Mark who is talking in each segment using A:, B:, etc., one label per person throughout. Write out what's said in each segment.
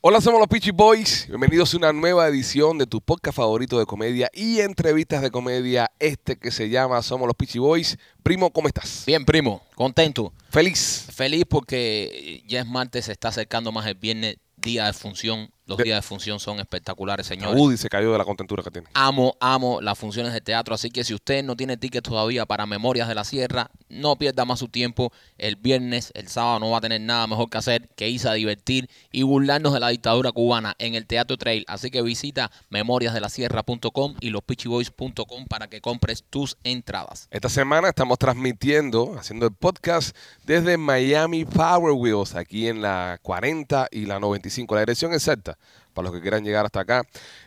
A: Hola, somos los Peachy Boys. Bienvenidos a una nueva edición de tu podcast favorito de comedia y entrevistas de comedia. Este que se llama Somos los Peachy Boys. Primo, ¿cómo estás?
B: Bien, primo, contento.
A: Feliz.
B: Feliz porque ya es martes, se está acercando más el viernes, día de función. Los
A: De-
B: días de función son espectaculares, señores.
A: Woody se cayó de la contentura que tiene.
B: Amo, amo las funciones de teatro, así que si usted no tiene tickets todavía para Memorias de la Sierra, no pierda más su tiempo. El viernes, el sábado no va a tener nada mejor que hacer que irse a divertir y burlarnos de la dictadura cubana en el Teatro Trail. Así que visita memoriasdelasierra.com y lospitchyboys.com para que compres tus entradas.
A: Esta semana estamos transmitiendo, haciendo el podcast desde Miami Power Wheels, aquí en la 40 y la 95, la dirección exacta, para los que quieran llegar hasta acá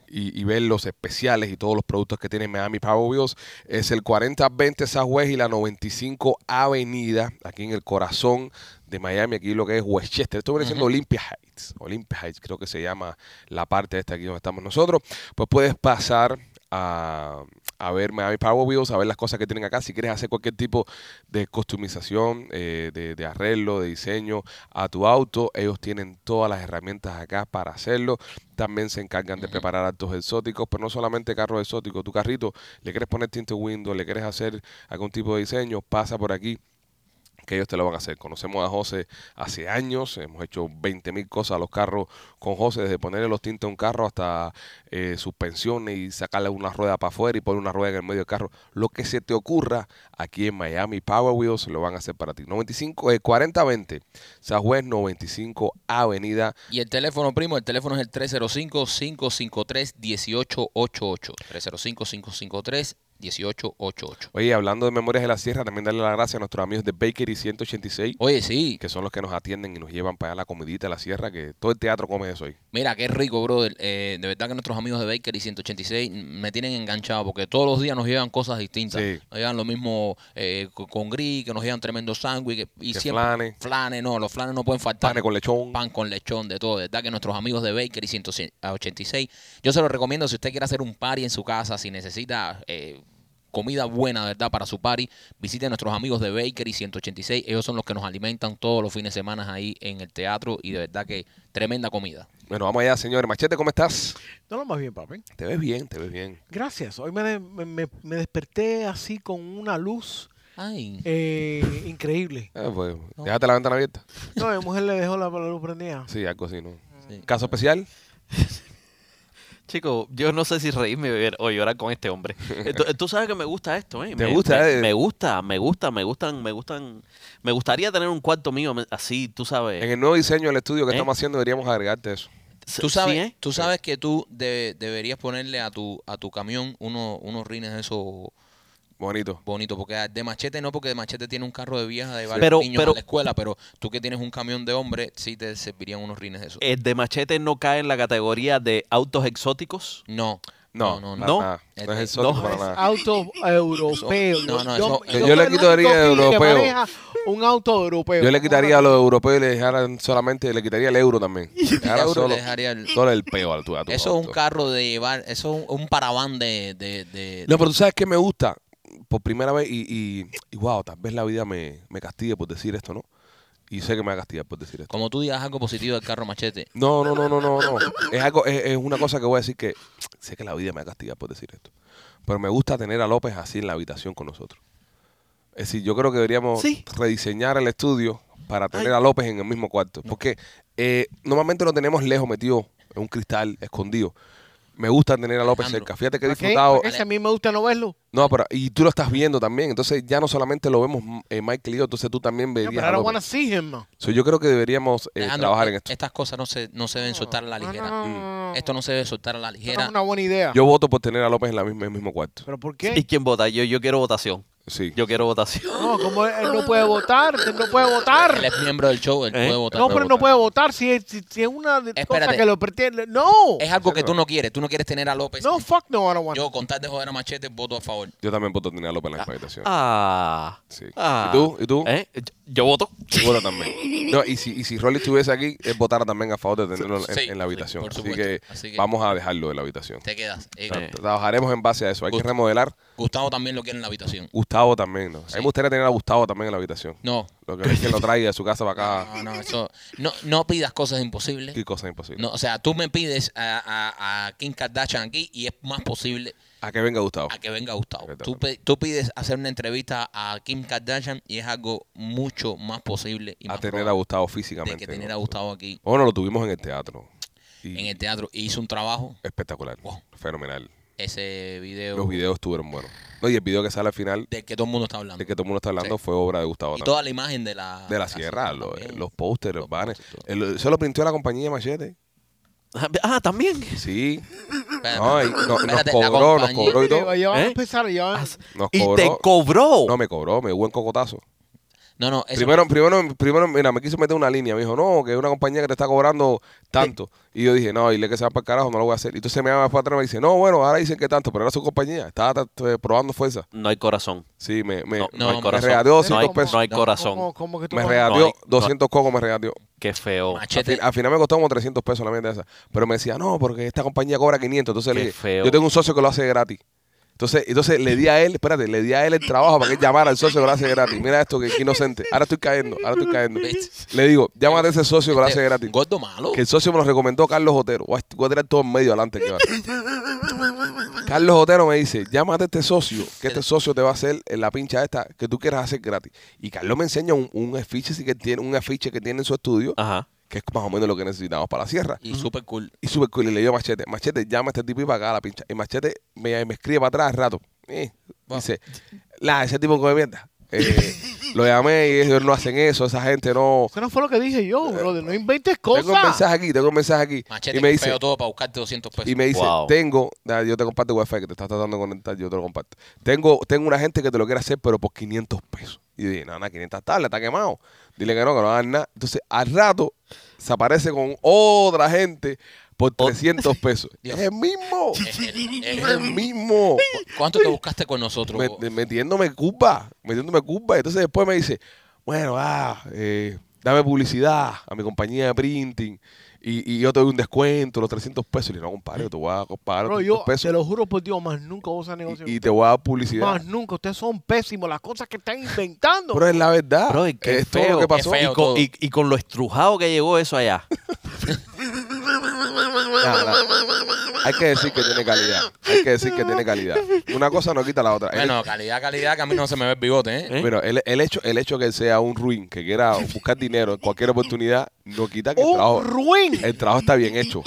A: y, y ver los especiales y todos los productos que tiene Miami Power Wheels. Es el 4020 Southwest y la 95 Avenida, aquí en el corazón de Miami, aquí lo que es Westchester. Esto viene siendo Olympia Heights, Olympia Heights creo que se llama la parte esta aquí donde estamos nosotros. Pues puedes pasar a, a ver Miami Power Wheels, a ver las cosas que tienen acá. Si quieres hacer cualquier tipo de customización, eh, de, de arreglo, de diseño a tu auto, ellos tienen todas las herramientas acá para hacerlo. También se encargan de preparar actos exóticos, pero no solamente carros exóticos. Tu carrito, le quieres poner tinte window, le quieres hacer algún tipo de diseño, pasa por aquí que ellos te lo van a hacer. Conocemos a José hace años, hemos hecho 20 mil cosas a los carros con José, desde ponerle los tintes a un carro hasta eh, suspensiones y sacarle una rueda para afuera y poner una rueda en el medio del carro. Lo que se te ocurra aquí en Miami Power Wheels lo van a hacer para ti. 95, eh, 4020, Southwest 95 Avenida.
B: Y el teléfono, primo, el teléfono es el 305-553-1888. 305-553-1888.
A: Oye, hablando de Memorias de la Sierra, también darle las gracias a nuestros amigos de Bakery 186,
B: Oye, sí,
A: que son los que nos atienden y nos llevan para allá la comidita de la sierra, que todo el teatro come eso ahí.
B: mira, qué rico, brother. Eh, de verdad que nuestros amigos de Bakery 186 me tienen enganchado porque todos los días nos llevan cosas distintas.
A: Sí.
B: Nos llevan lo mismo eh, con, con gris, que nos llevan tremendo sándwich y
A: Que
B: siempre...
A: flanes.
B: Flanes, no, los flanes no pueden faltar.
A: Pane con lechón.
B: pan con lechón, de todo. De verdad que nuestros amigos de Bakery 186, yo se los recomiendo si usted quiere hacer un party en su casa, si necesita eh, comida buena, de ¿verdad? Para su party, visite a nuestros amigos de Bakery 186. Ellos son los que nos alimentan todos los fines de semana ahí en el teatro y de verdad que tremenda comida.
A: Bueno, vamos allá, señores. Machete, ¿cómo estás?
C: No, lo más bien, papi.
A: Te ves bien, te ves bien.
C: Gracias. Hoy me, de- me- me- me desperté así con una luz
B: Ay,
C: eh, increíble.
A: Ah, pues, Déjate la ventana abierta.
C: No, mi mujer le dejó la, la luz prendida.
A: Sí, algo así, ¿no?
B: sí.
A: ¿Caso especial?
D: Chico, yo no sé si reírme o llorar- o llorar con este hombre. Eh, Tú, tú sabes que me gusta esto, ¿eh?
A: ¿Te
D: Me-
A: gusta,
D: Me,
A: eh?
D: me gusta, me gusta, me gustan, me gustan. Me gustaría tener un cuarto mío me- así, tú sabes.
A: En el nuevo diseño del estudio que
D: ¿Eh?
A: estamos haciendo deberíamos agregarte eso.
D: S-
B: Tú sabes,
D: sí, ¿eh?
B: tú sabes que tú de- deberías ponerle a tu a tu camión uno- unos rines de esos
A: Bonito.
B: Bonito, porque ah, de machete no, porque de machete tiene un carro de vieja de llevar
D: Pero-
B: niños
D: pero-
B: a la escuela, pero tú que tienes un camión de hombre, sí te servirían unos rines de eso.
D: El de machete no cae en la categoría de autos exóticos.
B: no,
A: No, no,
B: no, no.
A: no.
D: no.
A: nada. No,
B: No.
A: es exótico
D: No
A: para
C: es
A: nada.
C: auto europeo.
B: No, no, eso-
A: Yo le
C: Fernando
A: quitaría
C: Pide que
A: europeo.
C: maneja Un auto europeo.
A: Yo le quitaría a los europeos y le dejaran solamente, le quitaría el euro también. Le dejara
B: Ya solo
A: solo,
B: dejaría el-
A: solo el peo a tu, a tu
B: eso es un
A: auto.
B: carro de llevar, eso es un, un paraván de, de, de-
A: No, pero tú sabes que me gusta por primera vez y, y, y wow, tal vez la vida me, me castigue por decir esto, ¿no? Y sé que me va a castigar por decir esto.
B: como tú digas algo positivo del carro machete.
A: No, no, no, no, no, no. Es algo, es, es una cosa que voy a decir que sé que la vida me va a castigar por decir esto. Pero me gusta tener a López así en la habitación con nosotros. Es decir, yo creo que deberíamos
D: Sí.
A: rediseñar el estudio para tener a López en el mismo cuarto. Porque eh, normalmente lo tenemos lejos, metido en un cristal, escondido. Me gusta tener a López
B: Alejandro.
A: cerca. Fíjate que he
C: ¿Para qué?
A: disfrutado.
C: ¿Para qué? Si a mí me gusta no verlo.
A: No, pero y tú lo estás viendo también. Entonces ya no solamente lo vemos eh, Mike Leo, entonces tú también
C: Yeah,
A: verías a
C: but I don't
A: López.
C: wanna see him. No,
A: So, yo creo que deberíamos eh,
B: Alejandro,
A: trabajar en
B: e-
A: esto.
B: Estas cosas no se, no se deben soltar a la
C: no,
B: ligera.
C: no, no, no.
B: Esto no se debe soltar a la
C: Eso no
B: ligera.
C: es una buena idea.
A: Yo voto por tener a López en, la misma, en el mismo cuarto.
C: ¿Pero por
D: ¿Y
C: qué?
D: quién vota? Yo, yo quiero votación.
A: Sí.
D: Yo quiero votación.
C: No, como él él no puede votar, él no puede votar.
B: Él es miembro del show, él
D: ¿Eh?
B: puede votar.
C: No, pero no
B: votar.
C: puede votar si es, si, si es una de-
B: Espérate.
C: cosa que lo pretende. No.
B: Es algo que tú no quieres, tú no quieres tener a López.
A: pues, eh,
C: No, fuck no, I don't want.
B: Yo con tal de joder a machete voto a favor. Ah,
A: Yo también voto a tener a López en la misma habitación.
D: Ah.
A: Sí.
D: ah.
A: ¿Y tú? ¿Y tú?
D: ¿Eh? Yo- Yo voto.
A: Bueno, también. No, y si, y si Rolly estuviese aquí, él votara también a favor de tenerlo en,
B: Sí,
A: en la
B: sí,
A: habitación.
B: por
A: Así,
B: supuesto.
A: que
B: Así que-
A: vamos a dejarlo de la habitación.
B: Te quedas. Eh,
A: Tra- Trabajaremos en base a eso. Hay que
B: Gusto.
A: remodelar.
B: Gustavo también lo quiere en la habitación.
A: Gustavo también, ¿no? A mí
B: Sí.
A: me gustaría tener a Gustavo también en la habitación.
B: No.
A: Lo que es que lo traiga de su casa para acá.
B: No, no, eso- no, no pidas cosas imposibles.
A: Qué cosa imposible.
B: No, o sea, tú me pides a, a- a Kim Kardashian aquí y es más posible
A: A que venga Gustavo.
B: a que venga Gustavo. Tú,
A: Exactamente.
B: pe- tú pides hacer una entrevista a Kim Kardashian y es algo mucho más posible y
A: A
B: más
A: tener a
B: probable
A: Gustavo
B: de
A: físicamente.
B: que tener
A: ¿no?
B: a Gustavo aquí
A: Bueno, lo tuvimos en el teatro. Y
B: en el teatro. Y hizo un trabajo.
A: Espectacular.
B: Wow.
A: Fenomenal.
B: Ese video
A: Los videos estuvieron buenos. No, y el video que sale al final,
B: del que todo el mundo está hablando.
A: de que todo el mundo está hablando, fue obra de Gustavo
B: Y
A: también.
B: toda la imagen de la...
D: Ah,
A: de la sierra, lo- eh,
B: también.
A: los pósteres, los banners. El- Eso lo pintó la compañía Machete.
D: Ah, también.
A: Sí.
B: Espérate,
A: No, y no-
B: espérate.
A: nos
B: Espérate, la
A: cobró, nos
B: compañía-
A: cobró y todo.
C: Ya van a
D: ¿Eh?
C: empezar, ya van-
A: Nos
D: Ah, y
A: cobró.
D: te cobró.
A: No me cobró, me dio buen cocotazo.
B: No, no, eso-
A: Primero, primero, primero, mira, me quiso meter una línea. Me dijo, no, que es una compañía que te está cobrando tanto. Y yo dije, no, dile que se va para el carajo, no lo voy a hacer. Y entonces me llama para atrás y me dice, no, bueno, ahora dicen que tanto, pero era su compañía. Estaba ta- eh, probando fuerza.
D: No hay corazón.
A: Sí, me, me,
D: No,
A: me-
D: no hay
A: Eh, me
D: corazón.
A: regateó pues,
D: No hay,
A: 200 pesos.
D: no hay
C: No,
D: corazón.
C: ¿cómo- cómo que tú
A: Me
C: vas-
A: regateó
D: No hay- no-
A: 200 cocos, me regateó.
D: Qué feo.
A: Al,
B: Machete.
A: fin- al final me costó como 300 pesos la mierda esa. Pero me decía, no, porque esta compañía cobra 500. Entonces le
D: Qué
A: dije,
D: feo.
A: yo tengo un socio que lo hace gratis. Entonces, entonces le di a él, espérate, le di a él el trabajo para que él llamara al socio que lo hace gratis. Mira esto, que que inocente. Ahora estoy cayendo, ahora estoy cayendo.
B: ¿Ves?
A: Le digo, llámate a ese socio que lo hace gratis.
B: Este, Gordo malo.
A: Que el socio me lo recomendó Carlos Otero. Voy a voy a tirar todo en medio adelante. que va. Carlos Otero me dice, llámate a este socio, que este socio te va a hacer en la pincha esta que tú quieras hacer gratis. Y Carlos me enseña un, un afiche sí que tiene, un afiche que tiene en su estudio,
D: Ajá.
A: que es más o menos lo que necesitamos para la sierra.
B: Y súper cool.
A: Y super cool. Y le digo a Machete, Machete, llama a este tipo y para acá a la pincha. Y Machete me, me escribe para atrás al rato. Eh, Dice, la, ese tipo come mierda. Eh, lo llamé y ellos no hacen eso, esa gente no.
C: Eso no fue lo que dije yo, brother. No inventes
A: Eh, Tengo un
C: cosas.
A: mensaje aquí, tengo un mensaje aquí.
B: Machete,
A: y me
B: que
A: dice,
B: feo todo para buscarte 200 pesos.
A: y me dice,
D: Wow.
A: tengo, nada, yo te comparto wifi que te estás tratando de conectar, yo te lo comparto. Tengo, tengo una gente que te lo quiere hacer, pero por 500 pesos. Y yo dije, no, no, 500 tablas, está quemado. Dile que no, que no va a dar nada. Entonces, al rato, se aparece con otra gente por 300 pesos.
B: Dios.
A: Es el mismo,
B: Es el- es
A: es
B: el-
A: el mismo.
B: ¿Cuánto te buscaste con nosotros?
A: Me- de- metiéndome culpa, metiéndome culpa. Entonces después me dice, bueno, ah, eh, dame publicidad a mi compañía de printing y, y yo te doy un descuento, los 300 pesos. Y le digo, no, compadre, te voy a comprar
C: Bro,
A: los
C: yo
A: 300
C: te
A: pesos
C: lo juro por Dios, más nunca vos a negocio.
A: y, y te voy a dar publicidad.
C: Más nunca, ustedes son pésimos. Las cosas que están inventando.
A: Pero es la verdad.
D: Bro, y qué
A: es todo
D: feo,
A: lo
D: qué
A: que pasó.
B: feo.
D: Y con, y- y con lo estrujado que llegó eso allá.
A: Nada, nada. Hay que decir que tiene calidad. Hay que decir que tiene calidad. Una cosa no quita la otra. El
B: bueno, calidad, calidad, que a mí no se me ve el bigote, ¿eh?
D: ¿Eh?
A: Bueno, el, el hecho, el hecho que sea un ruin, que quiera buscar dinero en cualquier oportunidad, no quita que el trabajo,
C: un ruin.
A: el trabajo está bien hecho.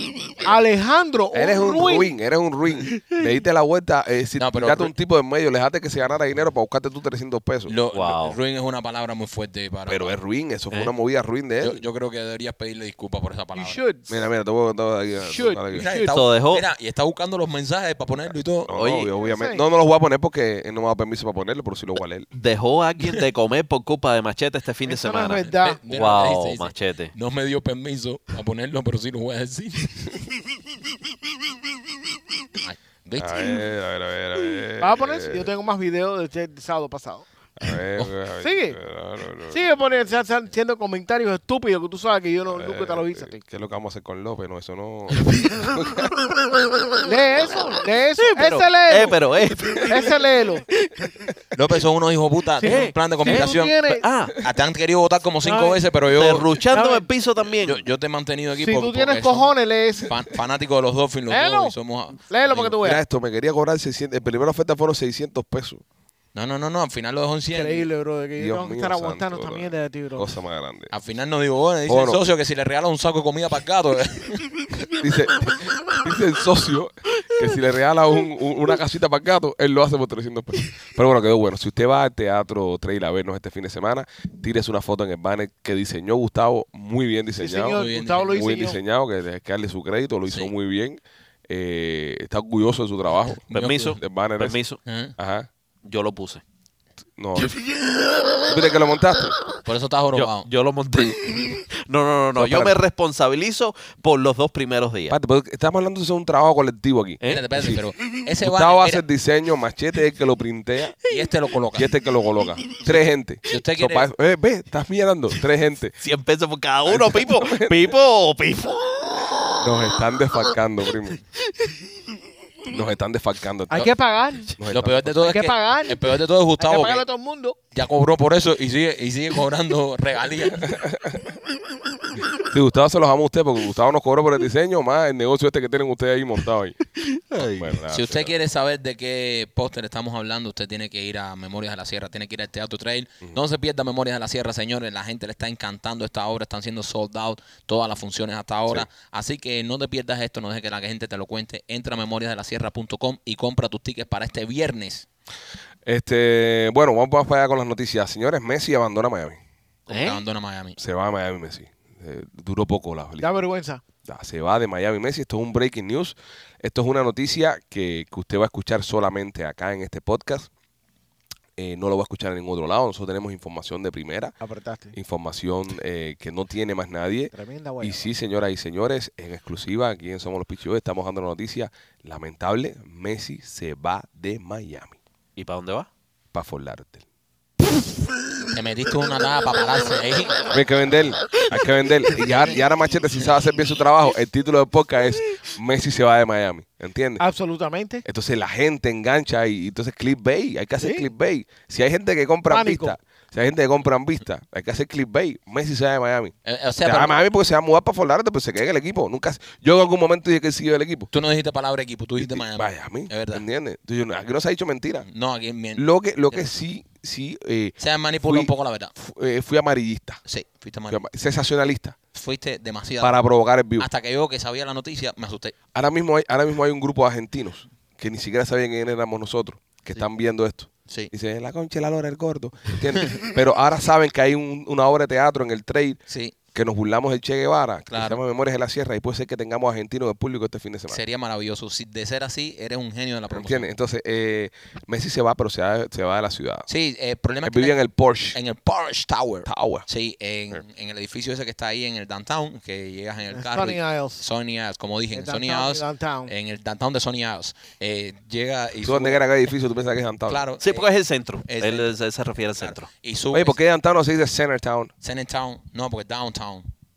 C: Alejandro,
A: Eres un ruin. eres un ruin. Le diste la vuelta, eh, si
B: No, pero
A: tiraste
B: ru-
A: un tipo de medio, le dejaste que se ganara dinero para buscarte tú 300 pesos.
B: Lo,
D: Wow.
B: lo- ruin es una palabra muy fuerte para.
A: pero es ruin, eso fue
D: Eh.
A: una movida ruin de él.
B: yo, yo creo que deberías pedirle disculpas por esa
C: You
B: palabra.
C: should.
A: mira, mira, te voy a contar aquí. eh,
C: Shoot.
A: contar aquí.
B: Mira,
C: Sí,
B: y está,
D: lo dejó.
B: mira, y está buscando los mensajes para ponerlo y todo.
A: No,
D: Oye,
A: no, obviamente.
C: sí.
A: No, no los voy a poner porque él no me da permiso para ponerlo, pero sí lo voy a leer.
D: Dejó a alguien de comer por culpa de machete este fin de
C: Eso no es
D: semana.
C: verdad. Ya.
B: Ve- ve lo que
D: Wow,
B: dice, dice,
D: machete.
B: No me dio permiso para ponerlo, pero sí lo voy a decir. Ay, ¿viste?
A: A ver, a ver, a ver. A ver
C: ¿Vas a poner? eso? Yo tengo más videos de este sábado pasado.
A: A ver, a ver,
C: Sigue.
A: no, no, no.
C: Sigue poniendo, se están haciendo comentarios estúpidos que tú sabes que yo no,
A: Eh,
C: nunca te lo hice a ti.
A: ¿Qué es lo que vamos a hacer con López? No, eso no.
C: Lee eso, lee eso.
D: Pero,
C: ese
D: eh,
C: léelo.
D: pero, eh,
C: Ese léelo.
B: López son unos hijos puta.
C: Sí.
B: tienen un plan de
C: Sí, tú
B: comunicación.
C: tienes-
D: ah,
B: Ah, Te han querido votar como cinco
C: Ay.
B: veces, pero yo,
D: derruchándome
C: ¿sabes?
D: el piso también.
B: yo, yo te he mantenido aquí
C: Si
B: por-
C: tú tienes
B: porque somos
C: cojones, lee ese.
B: fan- fanáticos de los Dolphins, los
C: Léelo.
B: dos, y somos
C: Léelo para que tú
A: Mira
C: veas.
A: esto, me quería cobrar 600. El primero oferta fueron 600 pesos.
B: No, no, no, no, al final lo dejó en 100.
C: Increíble, bro. Que yo
A: Dios
C: tengo que
A: mío
C: estar
A: santo,
C: aguantando
A: bro.
C: esta mierda de ti, bro.
A: Cosa más grande.
B: Al final nos digo, bueno, dice
A: Oro.
B: el socio que si le regala un saco de comida para el gato. eh.
A: Dice, dice el socio que si le regala un- un- una casita para el gato, él lo hace por 300 pesos. Pero bueno, quedó bueno. Si usted va al teatro Trail a vernos este fin de semana, tírese una foto en el banner que diseñó Gustavo, muy bien
C: Sí,
A: diseñado.
C: señor.
B: bien,
C: Gustavo lo
A: muy bien
C: hice yo.
A: diseñado, que hay que darle su crédito, lo hizo
B: Sí.
A: muy bien. Eh, está orgulloso de su trabajo.
D: Permiso,
A: El banner ese.
B: ¿Eh?
D: permiso.
B: Ajá.
A: Ajá.
D: Yo lo puse.
A: No. ¿Tú crees que lo montaste?
B: Por eso estás jorobado.
D: Yo, yo lo monté. no, no, no, no.
A: No,
D: Yo me
A: espérate.
D: responsabilizo por los dos primeros días.
A: Espérate, pero estamos hablando de un trabajo colectivo aquí.
D: ¿Eh?
B: Espérate, espérate, pero ese
A: Gustavo
B: banner,
A: hace el diseño, Machete es el que lo printea
B: mira, y este lo coloca.
A: y este es el que lo coloca. Tres gente.
B: Si usted
A: So,
B: quiere-
A: pa- eh, ve, estás mirando. Tres gente.
D: 100 pesos por cada uno, Pipo. Pipo, Pipo.
A: Nos están desfalcando, primo. Nos están desfalcando.
C: Hay que pagar.
A: Nos
B: Lo
A: están
B: peor de todo
C: Hay
B: es
C: que
B: que,
C: pagar.
B: el peor de todo es
C: Hay que
B: Gustavo
C: pagarle a
B: que
C: todo el mundo.
B: ya cobró por eso y sigue y sigue cobrando regalías.
A: Si Gustavo se los ama a usted, porque Gustavo nos cobró por el diseño, más el negocio este que tienen ustedes ahí montado ahí. Bueno, nada,
B: Si usted
A: señor.
B: quiere saber de qué póster estamos hablando, usted tiene que ir a Memorias de la Sierra, tiene que ir al Teatro Trail. No se pierda Memorias de la Sierra, señores. La gente le está encantando esta obra, están siendo sold out todas las funciones hasta ahora. Así que no te pierdas esto, no dejes que la gente te lo cuente. Entra a memoriasdelasierra.com y compra tus tickets para este viernes.
A: Este, bueno, vamos vamos para allá con las noticias. Señores, Messi abandona Miami.
D: ¿Eh?
B: Abandona Miami.
A: Se va a Miami Messi. Eh, duró poco la
C: Da vergüenza.
A: Ah, Se va de Miami Messi. Esto es un breaking news. Esto es una noticia que, que usted va a escuchar solamente acá en este podcast. Eh, no lo va a escuchar en ningún otro lado. Nosotros tenemos información de primera,
C: Apartaste.
A: información eh, que no tiene más nadie.
C: Tremenda
A: Y
C: guay.
A: sí, señoras y señores, en exclusiva, aquí en Somos los Pichos, estamos dando la noticia lamentable. Messi se va de Miami
D: ¿Y para dónde va?
A: para forlarte.
B: Te metiste una nada ¿eh? para pararse ahí.
A: Hay que vender, hay que vender. Y ahora, y ahora Machete, si sabe hacer bien su trabajo, el título del podcast es Messi se va de Miami. ¿Entiendes?
C: Absolutamente.
A: Entonces la gente engancha y y entonces clickbait, hay que hacer
C: Sí.
A: clickbait. Si hay gente que compra
C: Pánico.
A: vistas, si hay gente que compra vistas, hay que hacer clickbait. Messi se va de Miami.
B: Eh, O
A: Se
B: sea,
A: va
B: pero
A: a Miami porque se va a mudar para Forlarte, pero se queda en el equipo. Nunca, se- yo en algún momento dije que él siguió del equipo.
B: tú no dijiste palabra equipo, tú dijiste
A: Y- y-
B: Miami.
A: Miami,
B: Es verdad.
A: ¿entiendes? Entonces, yo no- aquí no se ha dicho mentira.
B: No, aquí bien.
A: Lo que, lo que sí, sí, eh,
B: Se manipuló
A: Fui-
B: un poco la verdad.
A: fu- eh, fui amarillista,
B: Sí, fuiste
A: fui
B: mal.
A: ama- sensacionalista,
B: Fuiste demasiado.
A: para provocar el vivo.
B: Hasta que yo que sabía la noticia, me asusté.
A: Ahora mismo, hay, ahora mismo hay un grupo de argentinos que ni siquiera sabían quién éramos nosotros, que están viendo esto.
B: Sí.
A: Dice, la concha, de la lora, el gordo. ¿Entiendes? Pero ahora saben que hay un- una obra de teatro en el trade
B: Sí,
A: que nos burlamos del Che Guevara, que se
B: Claro.
A: llama Memorias de la Sierra, y puede ser que tengamos argentinos de público este fin de semana.
B: sería maravilloso. Si de ser así, eres un genio de la promoción.
A: ¿Entiendes? Entonces, eh, Messi se va, pero se va, se va de la ciudad.
B: Sí, eh, el problema
A: Él
B: es que
A: vivía en el Porsche
B: en el Porsche Tower.
A: Tower.
B: Sí, en, en el edificio ese que está ahí en el downtown, que llegas en el
C: En
B: carro.
C: Sunny
B: y-
C: Isles.
B: Sunny Isles, como dije,
C: El
B: en Sunny
C: downtown, el
B: Isles.
C: downtown.
B: En el downtown de Sunny Isles. Eh, llega y
A: ¿Tú dónde
B: sube-
A: era aquel edificio? ¿Tú piensas que es Downtown?
B: Claro.
D: Sí,
B: eh,
D: porque es el centro.
B: el
D: Él
B: centro.
D: se, se refiere al
B: claro.
D: centro.
B: Y sube.
A: Oye, ¿por qué Downtown no se dice Center Town?
B: Sunny Town. No, porque downtown.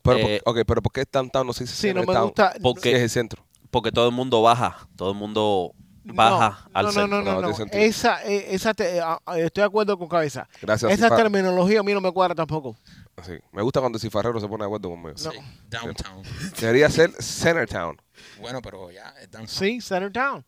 A: Pero,
D: Eh,
A: por- ok, pero ¿por qué Downtown no se dice
C: Sí,
A: Center
C: no me
A: Town?
C: gusta.
D: Porque-
A: Si es el centro.
D: Porque todo el mundo baja. Todo el mundo baja
C: no,
D: al
C: no,
D: centro.
C: No,
A: No,
C: no, no.
A: tiene
C: no.
A: sentido.
C: Esa, eh, esa te- eh, ah, eh, estoy de acuerdo con cabeza.
A: Gracias,
C: Esa
A: Cifa.
C: terminología a mí no me cuadra tampoco.
A: Así. Me gusta cuando Cifarrero se pone de acuerdo conmigo.
C: No.
B: Sí, downtown.
A: Debería ser Center Town.
B: Bueno, pero ya, el downtown.
C: Sí, Center Town.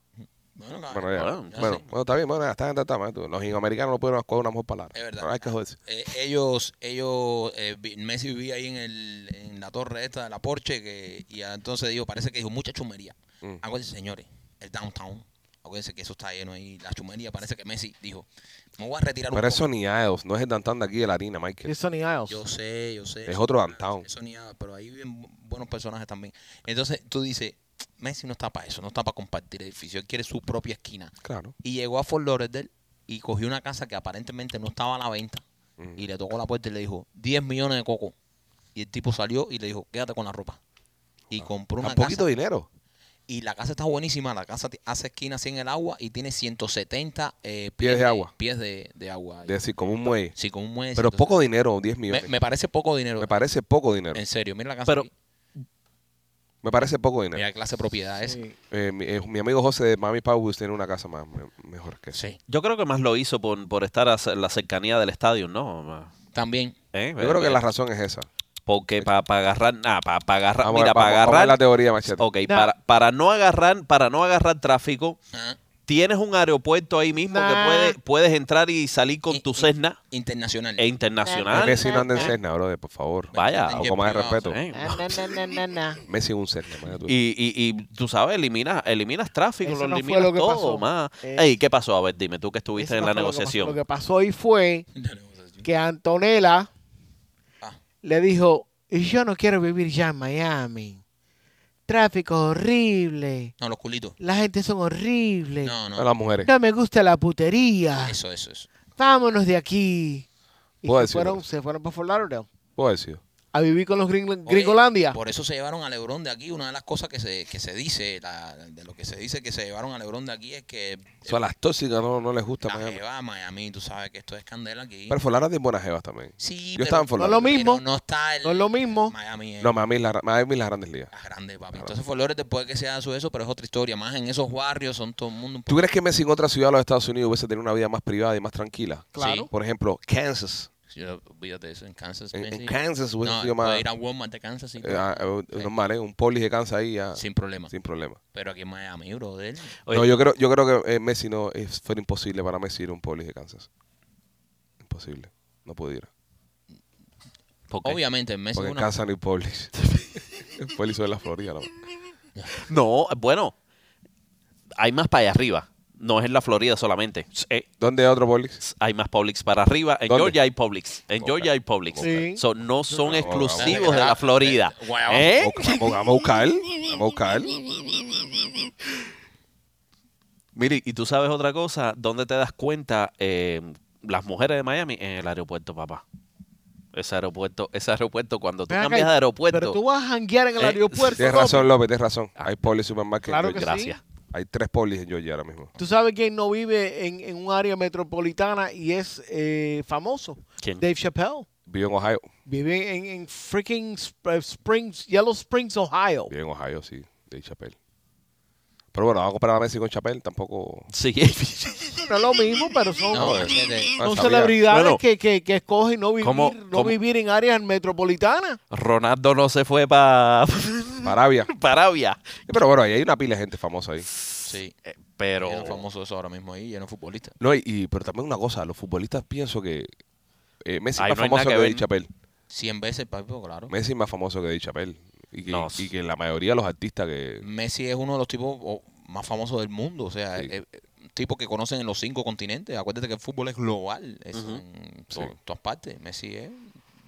B: Bueno, no,
A: Bueno, ya.
D: Bueno,
B: ya
A: bueno,
B: sí.
A: bueno, está bien, bueno, está, está, está, está. Los americanos no pueden escoger una mejor palabra.
B: Es verdad.
A: No hay que joderse.
B: Eh, ellos, ellos, eh, vi- Messi vivía ahí en, el, en la torre esta de la Porsche que, y ah, entonces dijo, parece que dijo mucha chumería.
A: Mm.
B: Acuérdense, señores, el downtown, acuérdense que eso está lleno ahí, la chumería, parece que Messi dijo, me voy a retirar un
A: Pero es
B: poco.
A: Sony Isles, no es el downtown de aquí de la harina, Michael.
C: Es Sunny Isles.
B: Yo sé, yo sé.
A: Es otro downtown.
B: Eso ni nada, pero ahí viven bu- buenos personajes también. Entonces tú dices, Messi no está para eso, no está para compartir edificio, él quiere su propia esquina.
A: Claro.
B: Y llegó a Fort Lauderdale y cogió una casa que aparentemente no estaba a la venta. Y le tocó la puerta y le dijo, 10 millones de coco. Y el tipo salió y le dijo, quédate con la ropa.
A: Ah.
B: Y compró una
A: Tan poquito
B: casa.
A: dinero.
B: Y la casa está buenísima. La casa ti- hace esquina así en el agua y tiene 170 eh,
A: Pies de agua.
B: Pies de, de agua.
A: Es decir, como un muelle.
B: sí, con un mes.
A: Pero
B: entonces-
A: poco dinero, 10
B: me,
A: millones. Me,
B: me parece poco dinero.
A: parece poco dinero.
B: En serio, mira la casa.
D: Pero-
B: aquí.
A: Me parece poco dinero.
B: mira la clase de propiedades. Sí.
C: Sí.
A: Eh, mi, eh, mi amigo José de Mami Powers tiene una casa más me- mejor que esa.
D: Yo creo que más lo hizo por, por estar a ce- la cercanía del estadio, ¿no?
B: También.
D: ¿Eh?
A: Yo creo que la razón es esa.
D: Porque para agarrar, nada, para agarrar,
A: Vamos, a- vamos- vamos
D: mira, para
A: a ver
D: agarrar,
A: la teoría, machete.
D: ok,
C: Nah.
D: para, para no agarrar, para no agarrar tráfico,
B: ah,
D: tienes un aeropuerto ahí mismo
C: Nah.
D: que puedes, puedes entrar y salir con
B: Y-
D: tu
B: y-
D: Cessna
B: Internacional.
D: e
A: Eh,
B: ah,
D: internacional.
A: Messi no anda en Cessna, brother, por favor.
D: Vaya,
A: Un poco más de respeto.
D: Eh,
C: Na, na, na, na, na, na.
A: Messi es un Cessna. imagínate tú.
D: Y, y, y tú sabes, eliminas, eliminas tráfico,
C: Eso
D: lo
C: no fue
D: eliminas
C: lo que
D: todo,
C: pasó.
D: más.
C: Eh,
D: Ey, ¿qué pasó? A ver, dime, tú que estuviste
C: Eso
D: en
C: no
D: la
C: fue lo que pasó.
D: negociación.
C: Lo que pasó ahí fue que Antonella
B: Ah.
C: le dijo, yo no quiero vivir ya en Miami. Tráfico horrible.
B: No, los culitos.
C: La gente son horribles. No,
B: No,
A: A
B: no.
A: las mujeres.
C: Ah. me gusta la putería.
B: Eso, eso, eso.
C: Vámonos de aquí. Y
A: Puedo
C: se
A: decirlo.
C: fueron, se fueron para Fort Lauderdale
A: Puedo decir.
C: a vivir con los gringos
B: Oye,
C: Gringolandia.
B: Por eso se llevaron a Lebrón de aquí. Una de las cosas que se, que se dice, la- de lo que se dice que se llevaron a Lebrón de aquí es que
A: O sea, las tóxicas no, no les gusta
B: la
A: Miami.
B: jeva a Miami, tú sabes que esto es candela aquí.
A: Pero Forlara tiene buenas jevas también.
B: sí,
A: Yo
B: pero-
A: estaba en
C: No es
A: Forlara.
C: lo
B: pero
C: mismo.
B: No está el
C: No es lo mismo.
B: Miami es
A: No, Miami es la, Miami es las grandes ligas.
B: la grande, papi. Entonces Fort Lauderdale puede que sea su eso, pero es otra historia. Más en esos barrios son todo el mundo un
A: ¿Tú crees que Messi en otra ciudad de los Estados Unidos hubiese tenido una vida más privada y más tranquila?
B: Claro. Sí.
A: Por ejemplo, Kansas.
B: Sí, olvídate de eso. En Kansas.
A: En, en
B: Messi.
A: Kansas hubiese
B: No,
A: sido más...
B: puede ir a Walmart de Kansas sin,
A: eh, ah, eh,
B: Sí.
A: Normal, ¿eh? Un polis de Kansas ahí ya,
B: sin problema.
A: sin problema.
B: Pero aquí en Miami, brother.
D: Oye,
A: No, yo creo, yo creo que eh, Messi no... es- fuera imposible para Messi ir a un polis de Kansas. Imposible. No pudiera.
D: ¿por qué?
B: Obviamente, en Messi es
A: Porque en
B: una...
A: Kansas no hay polis. El polis son de la Florida, ¿no?
D: No, bueno, hay más para allá arriba. No es en la Florida solamente. Eh,
A: ¿Dónde hay otro polis?
D: hay más Publix para arriba. En
A: ¿Dónde?
D: Georgia hay Publix. En
A: Ok.
D: Georgia hay Publix.
C: Sí.
D: So, no son
A: no,
D: exclusivos
B: vamos.
D: de la Florida.
B: Eh, guayabo.
D: ¿Eh?
A: Vamos- Vamos a buscar. Vamos a buscar.
D: Mire, y tú sabes otra cosa, ¿dónde te das cuenta eh, las mujeres de Miami? En el aeropuerto, papá. Ese aeropuerto, ese aeropuerto, cuando tú
C: Ven acá,
D: cambias de aeropuerto,
C: Pero tú vas a janguear en el
D: Eh,
C: aeropuerto.
A: Tienes
C: Tommy.
A: razón, López, tienes razón. Hay polis supermarket. en
C: Claro que
A: Georgia.
D: gracias.
A: Hay tres polis en Georgia ahora mismo.
C: ¿Tú sabes quién no vive en, en un área metropolitana y es eh, famoso?
D: ¿Quién?
C: Dave Chappelle.
A: Vive en Ohio.
C: Vive en, en freaking Sp- eh, Springs, Yellow Springs, Ohio.
A: Vive en Ohio, sí, de Chapel. Pero bueno, vamos a comparar a Messi con Chapel, tampoco.
D: Sí.
C: No es lo mismo, pero son,
B: No,
A: eh.
B: es que te-
A: no
C: son
A: sabía.
C: celebridades
D: Bueno.
C: que, que, que escogen no vivir,
D: ¿Cómo-
C: no
D: cómo?
C: vivir en áreas metropolitanas.
D: Ronaldo no se fue para
A: Arabia.
D: Arabia.
A: Eh, Pero bueno, ahí hay una pila de gente famosa ahí.
B: Sí,
D: Eh,
B: pero...
D: Pero
B: famoso eso ahora mismo ahí, lleno de futbolistas.
A: No, y, y- pero también una cosa, los futbolistas pienso que eh, Messi
D: Ay,
A: es más
D: no hay nada
A: famoso
D: que
A: que,
D: ver.
A: Dave Chappelle.
B: 100 veces, papi, pues, claro.
A: Messi es más famoso que Dave Chappelle. Y que,
D: No.
A: y que la mayoría de los artistas que.
B: Messi es uno de los tipos oh, más famosos del mundo. O sea,
A: Sí.
B: es- es un tipo que conocen en los cinco continentes. Acuérdate que el fútbol es global. Es
D: Ujú.
B: en to-
A: Sí.
B: todas partes. Messi es...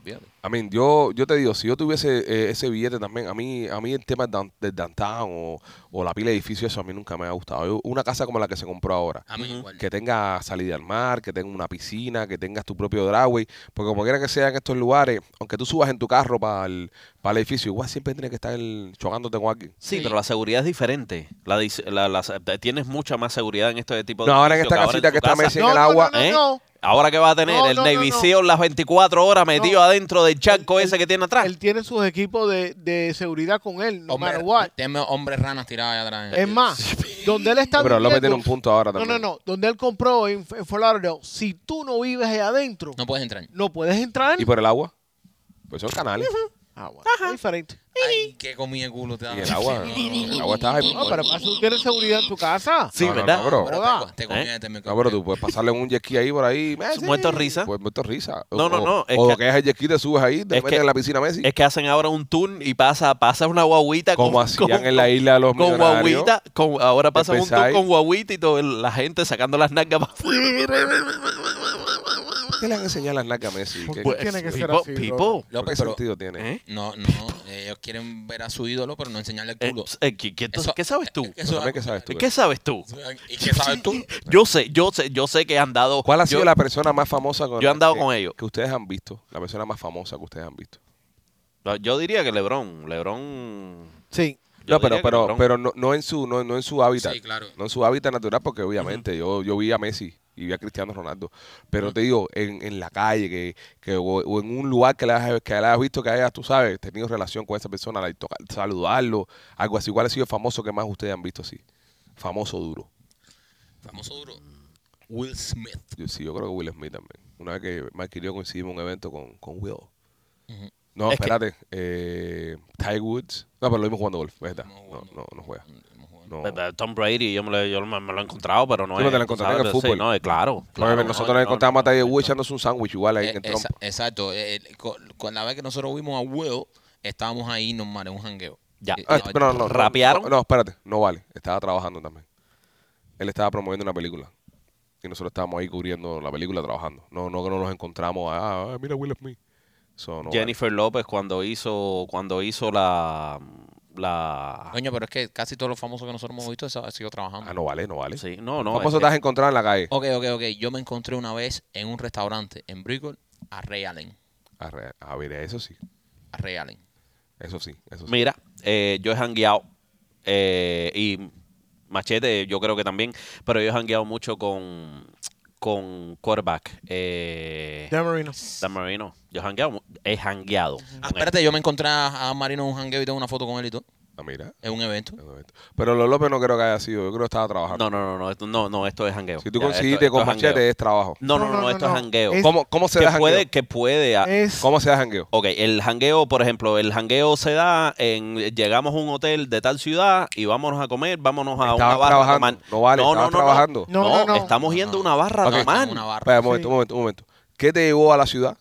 B: fíjate.
A: A mí, yo, yo te digo, si yo tuviese eh, ese billete también, a mí, a mí el tema del down- del downtown o, o la pila de edificios, eso a mí nunca me ha gustado. Yo- una casa como la que se compró ahora,
B: A mí
D: Ujú.
B: igual.
A: que tenga salida al mar, que tenga una piscina, que tengas tu propio driveway, porque como quiera que sea en estos lugares, aunque tú subas en tu carro para el, para el edificio, igual siempre tienes que estar el- chocándote con alguien.
D: sí,
B: Sí.
D: pero la seguridad es diferente. La, dis- la- la- tienes mucha más seguridad en este tipo de
A: No, ahora en
D: edificios
A: esta casita
D: en
A: que
D: tu
A: está
D: casa.
A: Messi en el agua,
C: No,
D: ¿Eh?
C: no.
D: Ahora que va a tener
C: No,
D: el
C: no, no,
D: Navy
C: no.
D: SEAL las 24 horas metido
C: No.
D: adentro del charco
C: El-
D: ese que tiene atrás.
C: Él tiene sus equipos de, de seguridad con él, no
B: Hombre,
C: matter what. Em-
B: tenme hombres ranas tirados allá atrás.
D: Eh,
C: Es más, donde él está
A: Pero López tiene
C: viviendo-
A: un punto ahora
C: No,
A: también.
C: no, no. Donde él compró en, en Fort Lauderdale, si tú no vives allá adentro, no,
B: No puedes entrar.
C: puedes entrar.
A: ¿Y por el agua? Pues son canales.
C: Ah, bueno, es diferente.
B: Ay, qué comí el culo te da.
A: Y el agua,
B: No,
A: el agua está ahí.
C: No, pero para eso tú tienes seguridad en tu casa.
D: Sí,
A: No, no,
D: ¿verdad?
A: no, bro.
B: pero
C: Joda.
B: te- te comí este
A: ¿Eh? No, pero tú puedes pasarle un jet ski ahí por ahí. Messi.
D: muerto de risa.
A: Eh, Pues muerto de risa. O-
D: Ah. No, no,
A: o-
D: no, es
A: O
D: que-
A: lo que es el jet ski, te subes ahí, te
D: es
A: metes
D: que-
A: en la piscina Messi.
D: Es que hacen ahora un tour y pasa, pasa una guaguita
A: como hacían en la isla de los
D: con
A: millonarios.
D: guaguita, con- ahora pasan un tour
A: Empezáis.
D: con guaguita y todo, el- la gente sacando las nalgas para
A: ¿Qué le han enseñado las nalgas a Messi? ¿Qué,
C: Pues, tiene que ser
D: Pipo,
C: así,
D: Pipo,
A: ¿por qué
B: López, pero-
A: sentido tiene?
D: ¿eh?
B: No, no, ellos quieren ver a su ídolo, pero no enseñarle el
D: Eh,
B: culo.
D: eh, ¿qué, qué- entonces,
B: Eso- eh,
D: ¿qué sabes tú?
B: eso-
A: También, ¿qué sabes tú?
D: ¿Qué sabes tú?
B: ¿Y qué sabes tú?
D: eh, Yo sé, yo sé, yo sé que han dado.
A: ¿Cuál ha sido
D: yo-
A: la persona más famosa con
D: yo he andado
A: que-
D: con ellos.
A: que ustedes han visto? La persona más famosa que ustedes han visto.
D: Yo diría que Lebron, Lebron.
C: Sí.
D: yo
A: No, pero,
D: diría que
A: pero,
D: LeBron.
A: pero no, no en su, no, no en su hábitat.
B: Sí, claro.
A: No en su hábitat natural, porque obviamente yo, yo vi a Messi y vi a Cristiano Ronaldo. Pero te digo, en, en la calle, que, que- o, o en un lugar que le hayas, que le hayas visto que hayas, tú sabes, tenido relación con esa persona, like, tocar- saludarlo, algo así. ¿Cuál ha sido el famoso que más ustedes han visto así? Famoso duro.
B: Famoso duro. Mm. Will Smith.
A: Yo, sí, yo creo que Will Smith también. Una vez que Mike y yo coincidimos en un evento con, con Will. No,
D: Es que-
A: espérate. Eh, Tiger Woods. No, pero lo vimos jugando golf. ¿verdad?
B: Estamos
A: No,
B: jugando.
A: no, no juega. No.
D: Pe- pe- eh, Tom Brady, yo me lo, yo me- me lo he encontrado, pero no
A: Oh. Sí,
D: es.
A: pero te lo
D: tú
A: encontraste en
D: sabes,
A: el
D: sí,
A: fútbol.
D: no, es claro.
A: Oye,
D: claro,
A: pero nosotros
D: no,
A: le
D: no,
A: encontramos a
D: no,
A: Tiger
D: no.
A: Woods echándose un sándwich igual ahí
B: Eh,
A: en el
B: esa-
A: trompo.
B: exacto. eh, eh, co- con la vez que nosotros vimos a Will, estábamos ahí normal, en un jangueo.
D: Ya.
B: Eh,
A: Ah,
B: no,
A: pero no, no, no,
D: ¿Rapearon?
A: No, no, espérate, no vale. Estaba trabajando también. Él estaba promoviendo una película. Y nosotros estábamos ahí cubriendo la película trabajando. No, no que no nos encontramos. Ah, ah, mira Will Smith. Eso no vale.
D: Jennifer López cuando hizo, cuando hizo la. la
B: Coño, pero es que casi todos los famosos que nosotros hemos visto esa- han sido trabajando.
A: Ah, no vale, no vale.
D: sí, no, eh, no.
A: Famoso te
D: es que-
A: has encontrado en la calle.
B: Ok, ok, ok. Yo me encontré una vez en un restaurante en Brickell a Ray Allen.
A: A, re- a ver, eso sí.
B: A Ray Allen.
A: Eso sí. Eso sí.
D: Mira, eh, yo he hangueado eh, y Machete, yo creo que también, pero yo he hangueado mucho con, con quarterback. Eh,
C: Dan Marino.
D: Dan Marino. Yo he hangueado, mu- he hangueado.
B: Ah,
D: con él.
B: espérate, yo me encontré a a Marino en un hangueo y tengo una foto con él y todo.
A: Ah, mira.
B: Es un evento.
A: Un momento. Pero lo López no creo que haya sido. Yo creo que estaba trabajando.
D: No, no, no, no, esto, no, no, esto es hangueo.
A: si tú
D: Ya, esto-
A: conseguiste
D: esto
A: con
D: es hangueo.
A: machete, es trabajo.
D: No, no, no, no, esto
C: no.
D: es hangueo.
C: Es- Eh.
A: ¿Cómo, cómo se
D: que
A: da
D: puede,
A: jangueo?
D: que puede. ah,
C: Es,
A: ¿Cómo se da jangueo?
D: Ok, el hangueo, por ejemplo, el hangueo se da en llegamos a un hotel de tal ciudad y vámonos a comer, vámonos a
A: Estabas
D: una barra a
A: trabajando.
D: tomar.
A: No vale, estabas trabajando.
D: No,
C: No, no, no.
D: estamos yendo a una barra
A: Ok.
D: a tomar.
B: Una barra.
A: Espera, un momento, un momento, un momento. ¿Qué te llevó a la ciudad?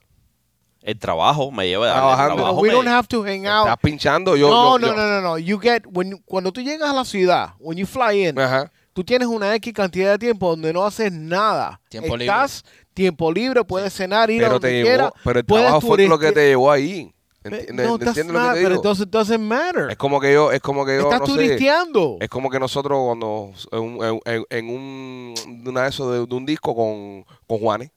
D: El trabajo me lleva
A: Trabajando.
D: El
C: But
D: trabajo
C: we
D: me-
C: don't have to hang
A: ¿Estás
C: out.
A: pinchando? Yo,
C: No, no,
A: yo-
C: no,
A: yo-
C: no, no. You get when cuando tú llegas a la ciudad, when you fly in,
A: Ajá.
C: tú tienes una X cantidad de tiempo donde no haces nada.
B: Tiempo libre.
C: Estás tiempo libre, puedes cenar, ir a
A: Pero,
C: donde
A: te
C: quieras.
A: llevó, pero el
C: puedes
A: trabajo fue lo que
C: turistear. Eh,
A: te llevó ahí. Enti-
C: No, that's
A: ¿Entiendes lo que
C: not-
A: te
C: but
A: digo?
C: it doesn't, doesn't matter.
A: Es como que yo, es como que yo,
C: Estás
A: no sé,
C: turisteando.
A: Es como que nosotros cuando en, un- en- en un una de esos de, de un disco con, con Juanes,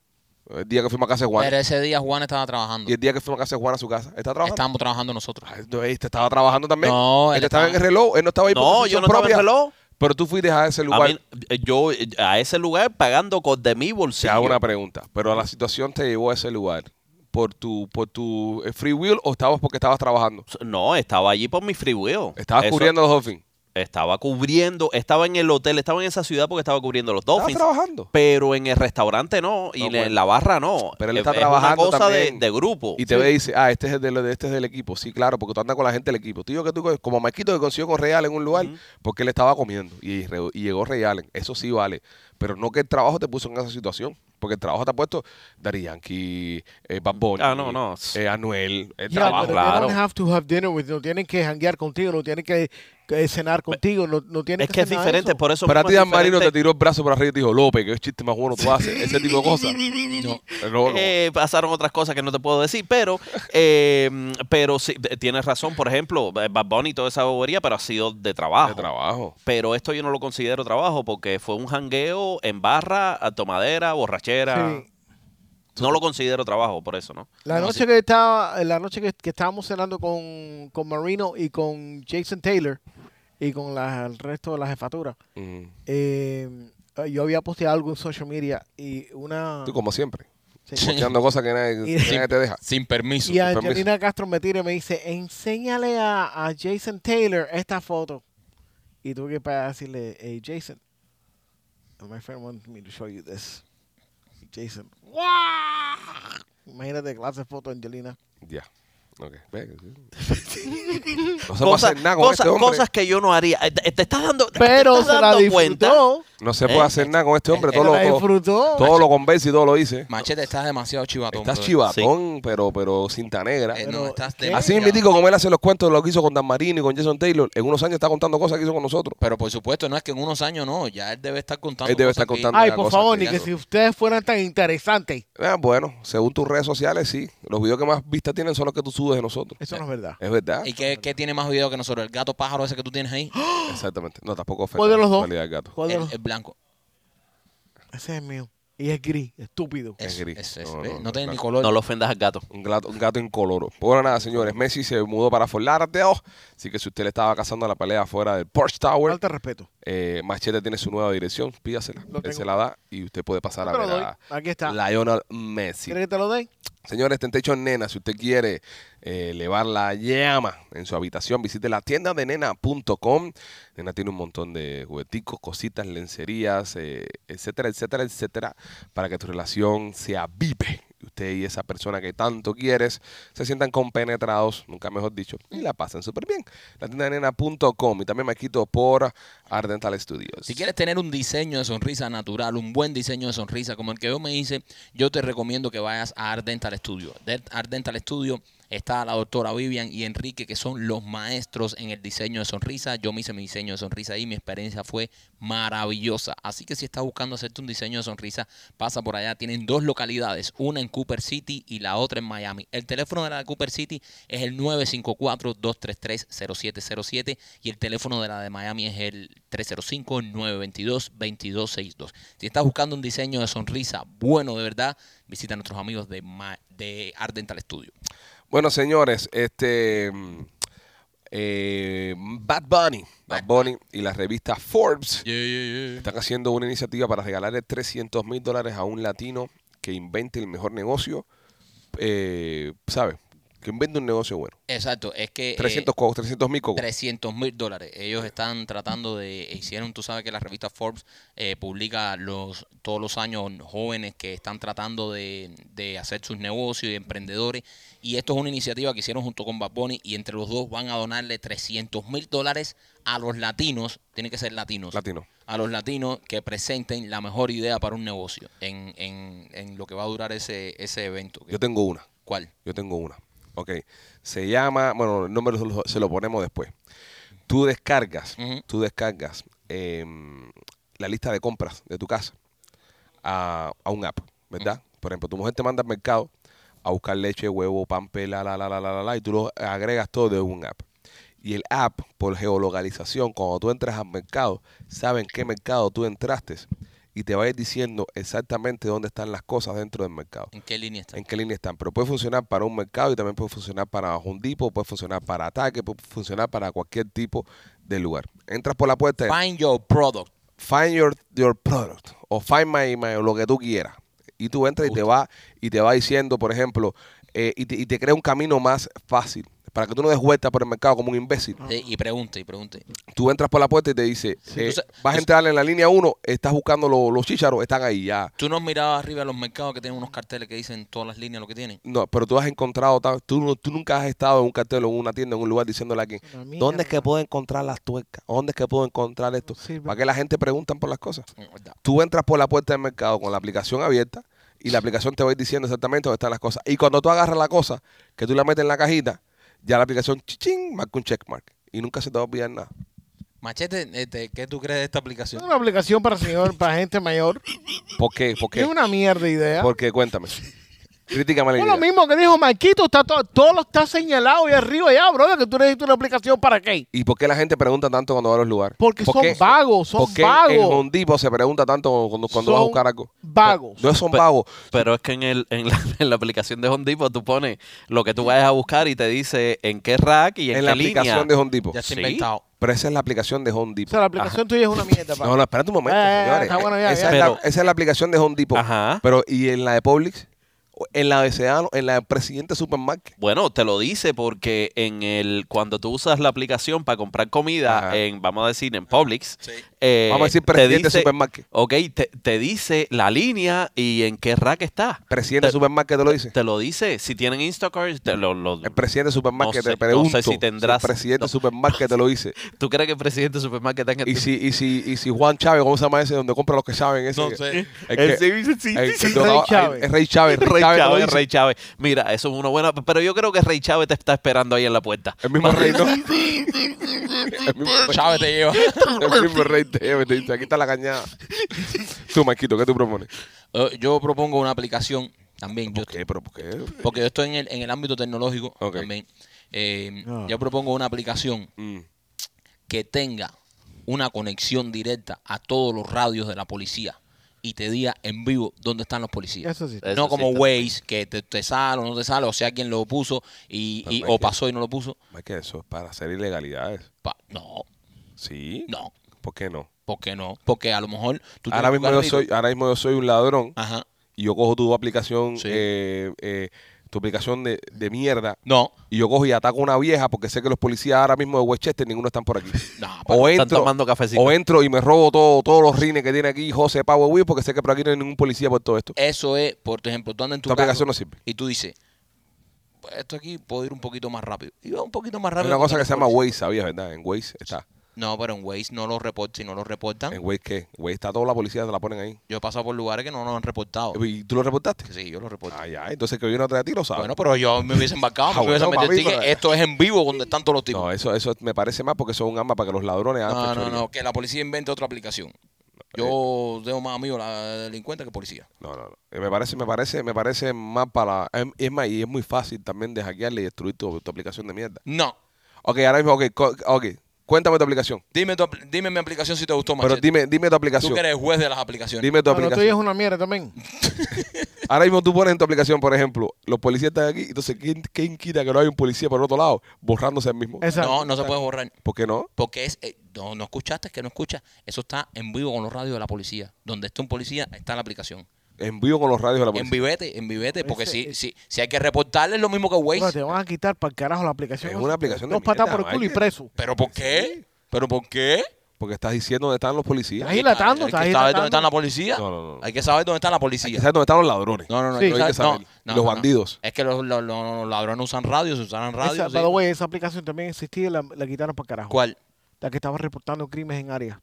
A: el día que fuimos a casa de
B: Pero
A: Juanes,
B: ese día Juan estaba trabajando.
A: y el día que fuimos a casa de Juanes a su casa, está trabajando.
B: Estábamos trabajando nosotros.
A: Ah, no, este estaba trabajando también.
B: No,
A: él
B: él
A: estaba en el
B: estaba-
A: reloj, él no estaba ahí por
D: No, yo
A: decisión
D: no estaba en
A: propia,
D: reloj.
A: Pero tú fuiste a ese
D: A
A: lugar.
D: mí- yo eh, a ese lugar pagando con de mi
A: Te
D: bolsillo.
A: hago una pregunta, pero la situación te llevó a ese lugar por tu por tu eh, free will o estabas porque estabas trabajando.
D: No, estaba allí por mi free will.
A: Estabas
D: Eso-
A: cubriendo los Dolphins.
D: Estaba cubriendo, estaba en el hotel, estaba en esa ciudad porque estaba cubriendo los
A: Estabas
D: Dolphins.
A: trabajando.
D: Pero en el restaurante no, y
A: No,
D: en
A: bueno.
D: la barra no.
A: Pero él
D: Es-
A: está
D: es
A: trabajando
D: una cosa de-
A: también.
D: De, grupo.
A: Y te ve y dice, ah, este es, el del, de- este es del equipo. Sí, claro, porque tú andas con la gente del equipo. Tío, que tú, co- como Marquito que consiguió con Real en un lugar, porque él estaba comiendo y, re- y llegó Real. Eso sí vale. Pero no que el trabajo te puso en esa situación. Porque el trabajo te ha puesto Dari Yankee, eh, Bad Bunny,
D: Ah, no, no.
A: eh, Anuel. El
C: Yeah,
A: trabajo.
C: but they
D: claro.
C: don't have to have dinner with- no tienen que janguear contigo, no tienen que, que cenar
A: Pues,
C: contigo, no, no tienen
D: Es que es
C: hacer nada de
D: diferente,
C: eso.
D: por eso
A: Para
D: mismo
A: ti,
D: es
A: Dan Marino te
D: diferente.
A: tiró el brazo para arriba y te dijo, López, qué chiste más bueno tú haces. Ese tipo de cosas.
B: No.
A: No, no.
D: Eh, pasaron otras cosas que no te puedo decir, pero eh, pero sí, eh, tienes razón, por ejemplo, eh, Bad Bunny y toda esa bobería, pero ha sido de trabajo.
A: de trabajo.
D: Pero esto yo no lo considero trabajo porque fue un jangueo en barra, a tomadera, borrachera.
C: Sí.
D: No lo considero trabajo, por eso, ¿no?
C: La
B: No,
C: noche
B: sí.
C: que estaba, la noche que, que estábamos cenando con, con Marino y con Jason Taylor y con la- el resto de la jefatura,
A: Mm.
C: eh, yo había posteado algo en social media y una
A: Tú, como siempre.
C: sí.
A: Escuchando cosas que nadie,
C: Y-
A: que nadie te deja.
B: Sin permiso.
C: y
A: permiso.
C: Angelina Castro me tira y me dice, enséñale a, a Jason Taylor esta foto. Y tuve que para decirle, hey Jason, my friend wants me to show you this. Jason, "Guau". imagínate clase de foto Angelina.
A: Ya. Ok. Ve, sí. No se puede hacer nada con
D: cosas-
A: este hombre.
D: cosas que yo no haría. Eh, Te, te estás dando, te
C: Pero
D: estás
C: se la
D: dando cuenta.
C: disfrutó.
A: No se puede
D: Eh,
A: hacer nada con este hombre.
B: eh,
A: Todo
C: Se
A: lo,
C: la
A: todo,
C: disfrutó.
A: todo lo convence y todo lo dice.
B: Machete, estás demasiado chivatón.
A: Estás
B: brother.
A: chivatón, pero, pero cinta negra.
B: Eh, no,
C: Pero,
B: estás
C: ¿qué?
A: Así me digo, como él hace los cuentos de lo que hizo con Dan Marino y con Jason Taylor, en unos años está contando cosas que hizo con nosotros.
B: Pero por supuesto, no es que en unos años no, ya él debe estar contando.
A: Él debe
B: cosas
A: estar
B: que-
A: contando.
C: Ay,
A: la
C: por
A: cosa,
C: favor, ni que
A: Ricardo.
C: si ustedes fueran tan interesantes.
A: Ah, bueno, según tus redes sociales, sí. Los videos que más vistas tienen son los que tú subes de nosotros.
C: Eso no es verdad.
A: Es verdad.
B: ¿Y qué, qué tiene más video que nosotros? ¿El gato pájaro ese que tú tienes ahí?
A: Exactamente. No, tampoco
C: ¿Cuál Pues de los dos?
A: calidad del gato.
C: ¿Cuál de
B: El,
C: los-
B: el blanco.
C: Ese es mío. Y es gris, estúpido.
A: Es
B: Eso,
A: gris.
B: eso, eso.
A: No,
B: ¿Ves?
A: no,
B: no,
A: no,
B: tiene ni
A: blanco.
B: color.
D: No lo ofendas al gato.
A: Un gato, un gato incoloro. Pues Bueno, nada, señores. Messi se mudó para Forlardeo. Así que si usted le estaba cazando la pelea fuera del Porsche Tower,
C: Falta de respeto.
A: eh, Machete tiene su nueva dirección. Pídasela.
C: Lo
A: Él se
C: tengo.
A: la da y usted puede pasar
C: Yo te
A: a
C: lo
A: ver
C: doy.
A: a
C: Aquí está.
A: Lionel Messi.
C: ¿Quieres que te lo dé?
A: Señores, Temptation Nena, si usted quiere eh, elevar la llama en su habitación, visite la tienda de nena.com. Nena tiene un montón de jugueticos, cositas, lencerías, eh, etcétera, etcétera, etcétera, para que tu relación se avive. Usted y esa persona que tanto quieres se sientan compenetrados, nunca mejor dicho, y la pasan súper bien. La tienda de nena.com y también me quito por Ardental Studios.
B: Si quieres tener un diseño de sonrisa natural, un buen diseño de sonrisa como el que yo me hice, yo te recomiendo que vayas a Ardental Studio. De- Ardental Studio Está la doctora Vivian y Enrique, que son los maestros en el diseño de sonrisa. Yo me hice mi diseño de sonrisa y mi experiencia fue maravillosa. Así que si estás buscando hacerte un diseño de sonrisa, pasa por allá. Tienen dos localidades, una en Cooper City y la otra en Miami. El teléfono de la de Cooper City es el 954-233-0707 y el teléfono de la de Miami es el 305-922-2262. Si estás buscando un diseño de sonrisa bueno de verdad, visita a nuestros amigos de, Ma- de Art Dental Studio.
A: Bueno, señores, este mm, eh, Bad Bunny, Bad Bunny y la revista Forbes están haciendo una iniciativa para regalarle 300 mil dólares a un latino que invente el mejor negocio, eh, ¿sabes? Que invente un negocio bueno.
B: Exacto, es que... eh,
A: 300 cocos, 300 mil cocos.
B: 300 mil dólares. Ellos están tratando de, hicieron, tú sabes que la revista Forbes eh, publica los todos los años jóvenes que están tratando de, de hacer sus negocios y emprendedores. Y esto es una iniciativa que hicieron junto con Bad Bunny y entre los dos van a donarle 300 mil dólares a los latinos, tienen que ser latinos,
A: Latino.
B: a los latinos que presenten la mejor idea para un negocio en, en, en lo que va a durar ese, ese evento.
A: Yo tengo una.
B: ¿Cuál?
A: Yo tengo una. Ok. Se llama, bueno, el nombre se lo, se lo ponemos después. Tú descargas,
B: Ujú.
A: tú descargas em, la lista de compras de tu casa a, a un app, ¿verdad? Por ejemplo, tu mujer te manda al mercado a buscar leche, huevo, pan, pela, la, la, la, la, la, la, y tú lo agregas todo de un app. Y el app, por geolocalización, cuando tú entras al mercado, sabe en qué mercado tú entraste y te va a ir diciendo exactamente dónde están las cosas dentro del mercado
B: ¿En qué línea está?
A: en qué línea están. Pero puede funcionar para un mercado y también puede funcionar para un tipo, puede funcionar para ataque, puede funcionar para cualquier tipo de lugar. Entras por la puerta,
B: Find your product.
A: find your, your product o find my, my- lo que tú quieras. Y tú entras y te va y te va diciendo, por ejemplo, eh, y, te, y te crea un camino más fácil para que tú no des vuelta por el mercado como un imbécil.
B: Sí, y pregunte, y pregunte.
A: Tú entras por la puerta y te dice, eh,
B: tú sa-
A: vas a entrar en la línea 1, estás buscando lo- los chícharos, están ahí ya.
B: Tú no has mirado arriba a los mercados que tienen unos carteles que dicen todas las líneas lo que tienen.
A: No, pero tú has encontrado, tal- tú, no- tú nunca has estado en un cartel o en una tienda, en un lugar diciéndole a alguien,
C: Una mierda.
A: ¿dónde es que puedo encontrar las tuercas? ¿Dónde es que puedo encontrar esto?
C: No sirve.
A: Para que la gente preguntan por las cosas.
B: Mm, ¿verdad?
A: Tú entras por la puerta del mercado con la aplicación abierta y la aplicación te va a ir diciendo exactamente dónde están las cosas. Y cuando tú agarras la cosa, que tú la metes en la cajita, ya la aplicación, chichín, marca un checkmark. Y nunca se te va a olvidar nada.
B: Machete, este, ¿qué tú crees de esta
C: Es
B: aplicación?
C: una aplicación para señor, para gente mayor.
A: ¿Por qué? ¿Por qué?
C: Es una mierda idea.
A: Porque cuéntame. Crítica
C: Es lo
A: maligna.
C: mismo que dijo Marquito, está todo, todo lo está señalado y arriba ya, brother, que tú necesitas una aplicación para qué.
A: ¿Y por qué la gente pregunta tanto cuando va a los lugares?
C: Porque
A: ¿Por
C: son
A: qué-
C: vagos, son
A: ¿Por qué en
C: vagos.
A: Home Depot se pregunta tanto cuando, cuando vas a
C: Son
A: buscar algo?
C: Vagos.
A: No son
D: Pe-
A: vagos.
D: Pero es que en, el, en, la, en la aplicación de Home Depot tú pones lo que tú vayas a buscar y te dice en qué rack y en,
A: En la
D: qué línea.
A: aplicación de Home Depot.
B: Ya está
D: Sí.
B: inventado.
A: Pero esa es la aplicación de Home
C: O
A: Depot.
C: sea, la aplicación tuya es una mierda,
A: Ajá.
C: pa.
A: No, no, espérate un momento,
C: Ya, ya, ya,
A: señores.
C: está bueno, ya,
A: esa,
C: ya.
A: Es la,
D: Pero-
A: esa es la aplicación de Home Depot.
D: Ajá.
A: Pero, ¿y en la de Publix? En la de Seano, en la del presidente supermarket.
D: Bueno, te lo dice porque en el cuando tú usas la aplicación para comprar comida
A: Ajá.
D: en, vamos a decir, en Publix, eh,
A: Vamos a decir
D: te
A: presidente
D: dice-
A: supermarket.
D: Ok, te, te dice la línea y en qué rack está.
A: Presidente
D: Te-
A: supermarket te lo dice.
D: Te lo dice. Si tienen Instacart, te lo, lo-
A: El presidente supermarket
D: No
A: te
D: sé- no
A: pregunto.
D: sé si tendrás-
A: el presidente
D: no.
A: supermarket te lo dice.
D: ¿Tú crees que el presidente del supermercado tenga
A: Y si, y si, y si Juan Chávez, ¿cómo se llama ese? Donde compra los que saben ese. El que-
D: Él se dice, sí,
A: el-
D: sí, sí.
A: no,
C: Rey
A: no, el-
C: Chávez.
A: el Rey Chávez. Rey
D: Rey
A: Chávez lo
D: Chávez,
A: dice.
D: Rey Chávez. Mira, eso es una buena. Pero yo creo que Rey Chávez te está esperando ahí en la puerta. Eh,
A: El mismo rey, ¿no? el mismo rey.
B: Chávez te lleva.
A: El mismo rey te lleva y te dice, aquí está la cañada. Tú, Marquito, ¿qué tú propones?
B: Eh, Yo propongo una aplicación también. Yo
A: ¿Por qué? ¿Pero por qué?
B: estoy- porque yo estoy en el, en el ámbito tecnológico
A: Ok.
B: también. Eh,
C: Ah.
B: Yo propongo una aplicación
A: Mm.
B: que tenga una conexión directa a todos los radios de la policía y te diga en vivo dónde están los policías.
C: Eso sí.
D: Eso
B: no
D: sí
B: como
D: está-
B: Waze, que te, te sale o no te sale, o sea, quien lo puso y,
A: Pero hay
B: y- o
A: que-
B: pasó y no lo puso.
A: Michael, eso es para hacer ilegalidades.
B: Pa- no,
A: Sí.
B: no,
A: ¿Por qué no?
B: ¿por qué no? Porque a lo mejor tú tienes
A: Ahora
B: un
A: mismo, yo
B: carrito.
A: soy, ahora mismo yo soy un ladrón
B: Ajá.
A: y yo cojo tu aplicación,
B: Sí.
A: eh, eh, tu aplicación de, de mierda,
B: No,
A: y yo cojo y ataco a una vieja porque sé que los policías ahora mismo de Westchester ninguno están por aquí.
B: no, pa-
A: O
D: están
A: entro,
D: tomando cafecito.
A: o entro y me robo todo, todos los rines que tiene aquí José Pablo Will porque sé que por aquí no hay ningún policía por todo esto.
B: eso es, por ejemplo, tú andas en tu,
A: Tu
B: carro
A: aplicación no sirve.
B: y tú dices, "Pues esto aquí puedo ir un poquito más rápido. Y va un poquito más
A: Hay
B: rápido.
A: una cosa
B: porque
A: que se llama
B: los
A: Waze, ¿sabías, verdad? En Waze está.
B: No, pero en Waze no lo reportan. Si no lo reportan,
A: ¿En Waze qué? Waze está toda la policía, te la ponen ahí.
B: yo he pasado por lugares que no lo han reportado.
A: ¿Y tú lo reportaste?
B: Oh. Sí, yo lo reporto.
A: Ay, ay, entonces que vino atrás de ti lo sabe.
B: bueno, pero yo me hubiese embarcado,
A: Ah,
B: me hubiese
A: bueno,
B: metido el
A: papi,
B: ticket.
A: pero-
B: Esto es en vivo donde están todos los tipos.
A: no, pues, eso, eso me parece más porque eso es un arma para que los ladrones hagan
B: No, no,
A: fechoría.
B: no, que la policía invente otra aplicación. Yo
A: eh.
B: tengo más amigos la delincuente que policía.
A: No, no, no. Eh, Me parece, me parece, me parece más para. em- Es más, y es muy fácil también de hackearle y destruir tu, tu aplicación de mierda.
B: No.
A: Ok, ahora mismo, ok, co- ok. Cuéntame tu aplicación.
B: Dime, tu apl- dime mi aplicación si te gustó más.
A: Pero dime, dime tu
B: Tú
A: aplicación.
B: que eres juez de las aplicaciones.
A: Dime tu
C: Pero tú es
A: aplicación.
C: una mierda también.
A: Ahora mismo tú pones en tu aplicación, por ejemplo, los policías están aquí, entonces, ¿quién, quién quita que no hay un policía por otro lado borrándose el mismo?
C: Exacto.
B: no, no se puede borrar.
A: ¿Por qué no?
B: Porque es. eh, no, no escuchaste, que no escuchas. Eso está en vivo con los radios de la policía. Donde está un policía, está la aplicación.
A: En vivo con los radios de la
B: En
A: policía.
B: vivete, en vivete. Porque
C: Ese-
B: si, si, si hay que reportarle es lo mismo que
C: Bro,
B: Waze.
C: te van a quitar para el carajo la aplicación.
A: Pues, Es una aplicación de
C: Dos patas
A: mierda,
C: por el culo y
A: Mike.
C: preso.
B: ¿Pero por qué? ¿Pero por qué?
A: Porque estás diciendo dónde están los policías.
C: Ahí dilatando,
B: Hay que
C: está
B: saber dónde
C: dilatando.
B: está la policía.
A: No, no, no.
B: Hay que saber dónde está la
A: Hay
B: policía.
A: que saber dónde están los ladrones.
B: No, no, no.
C: Sí.
B: hay que
A: Hay que
B: usar-
A: saber. Y los bandidos.
B: Es que los, los- los- los ladrones usan radio, se usaran radio.
C: Esa,
B: sí.
C: by the way, esa aplicación también existía y la, la quitaron para el carajo.
B: ¿Cuál?
C: La que estaba reportando crímenes en área.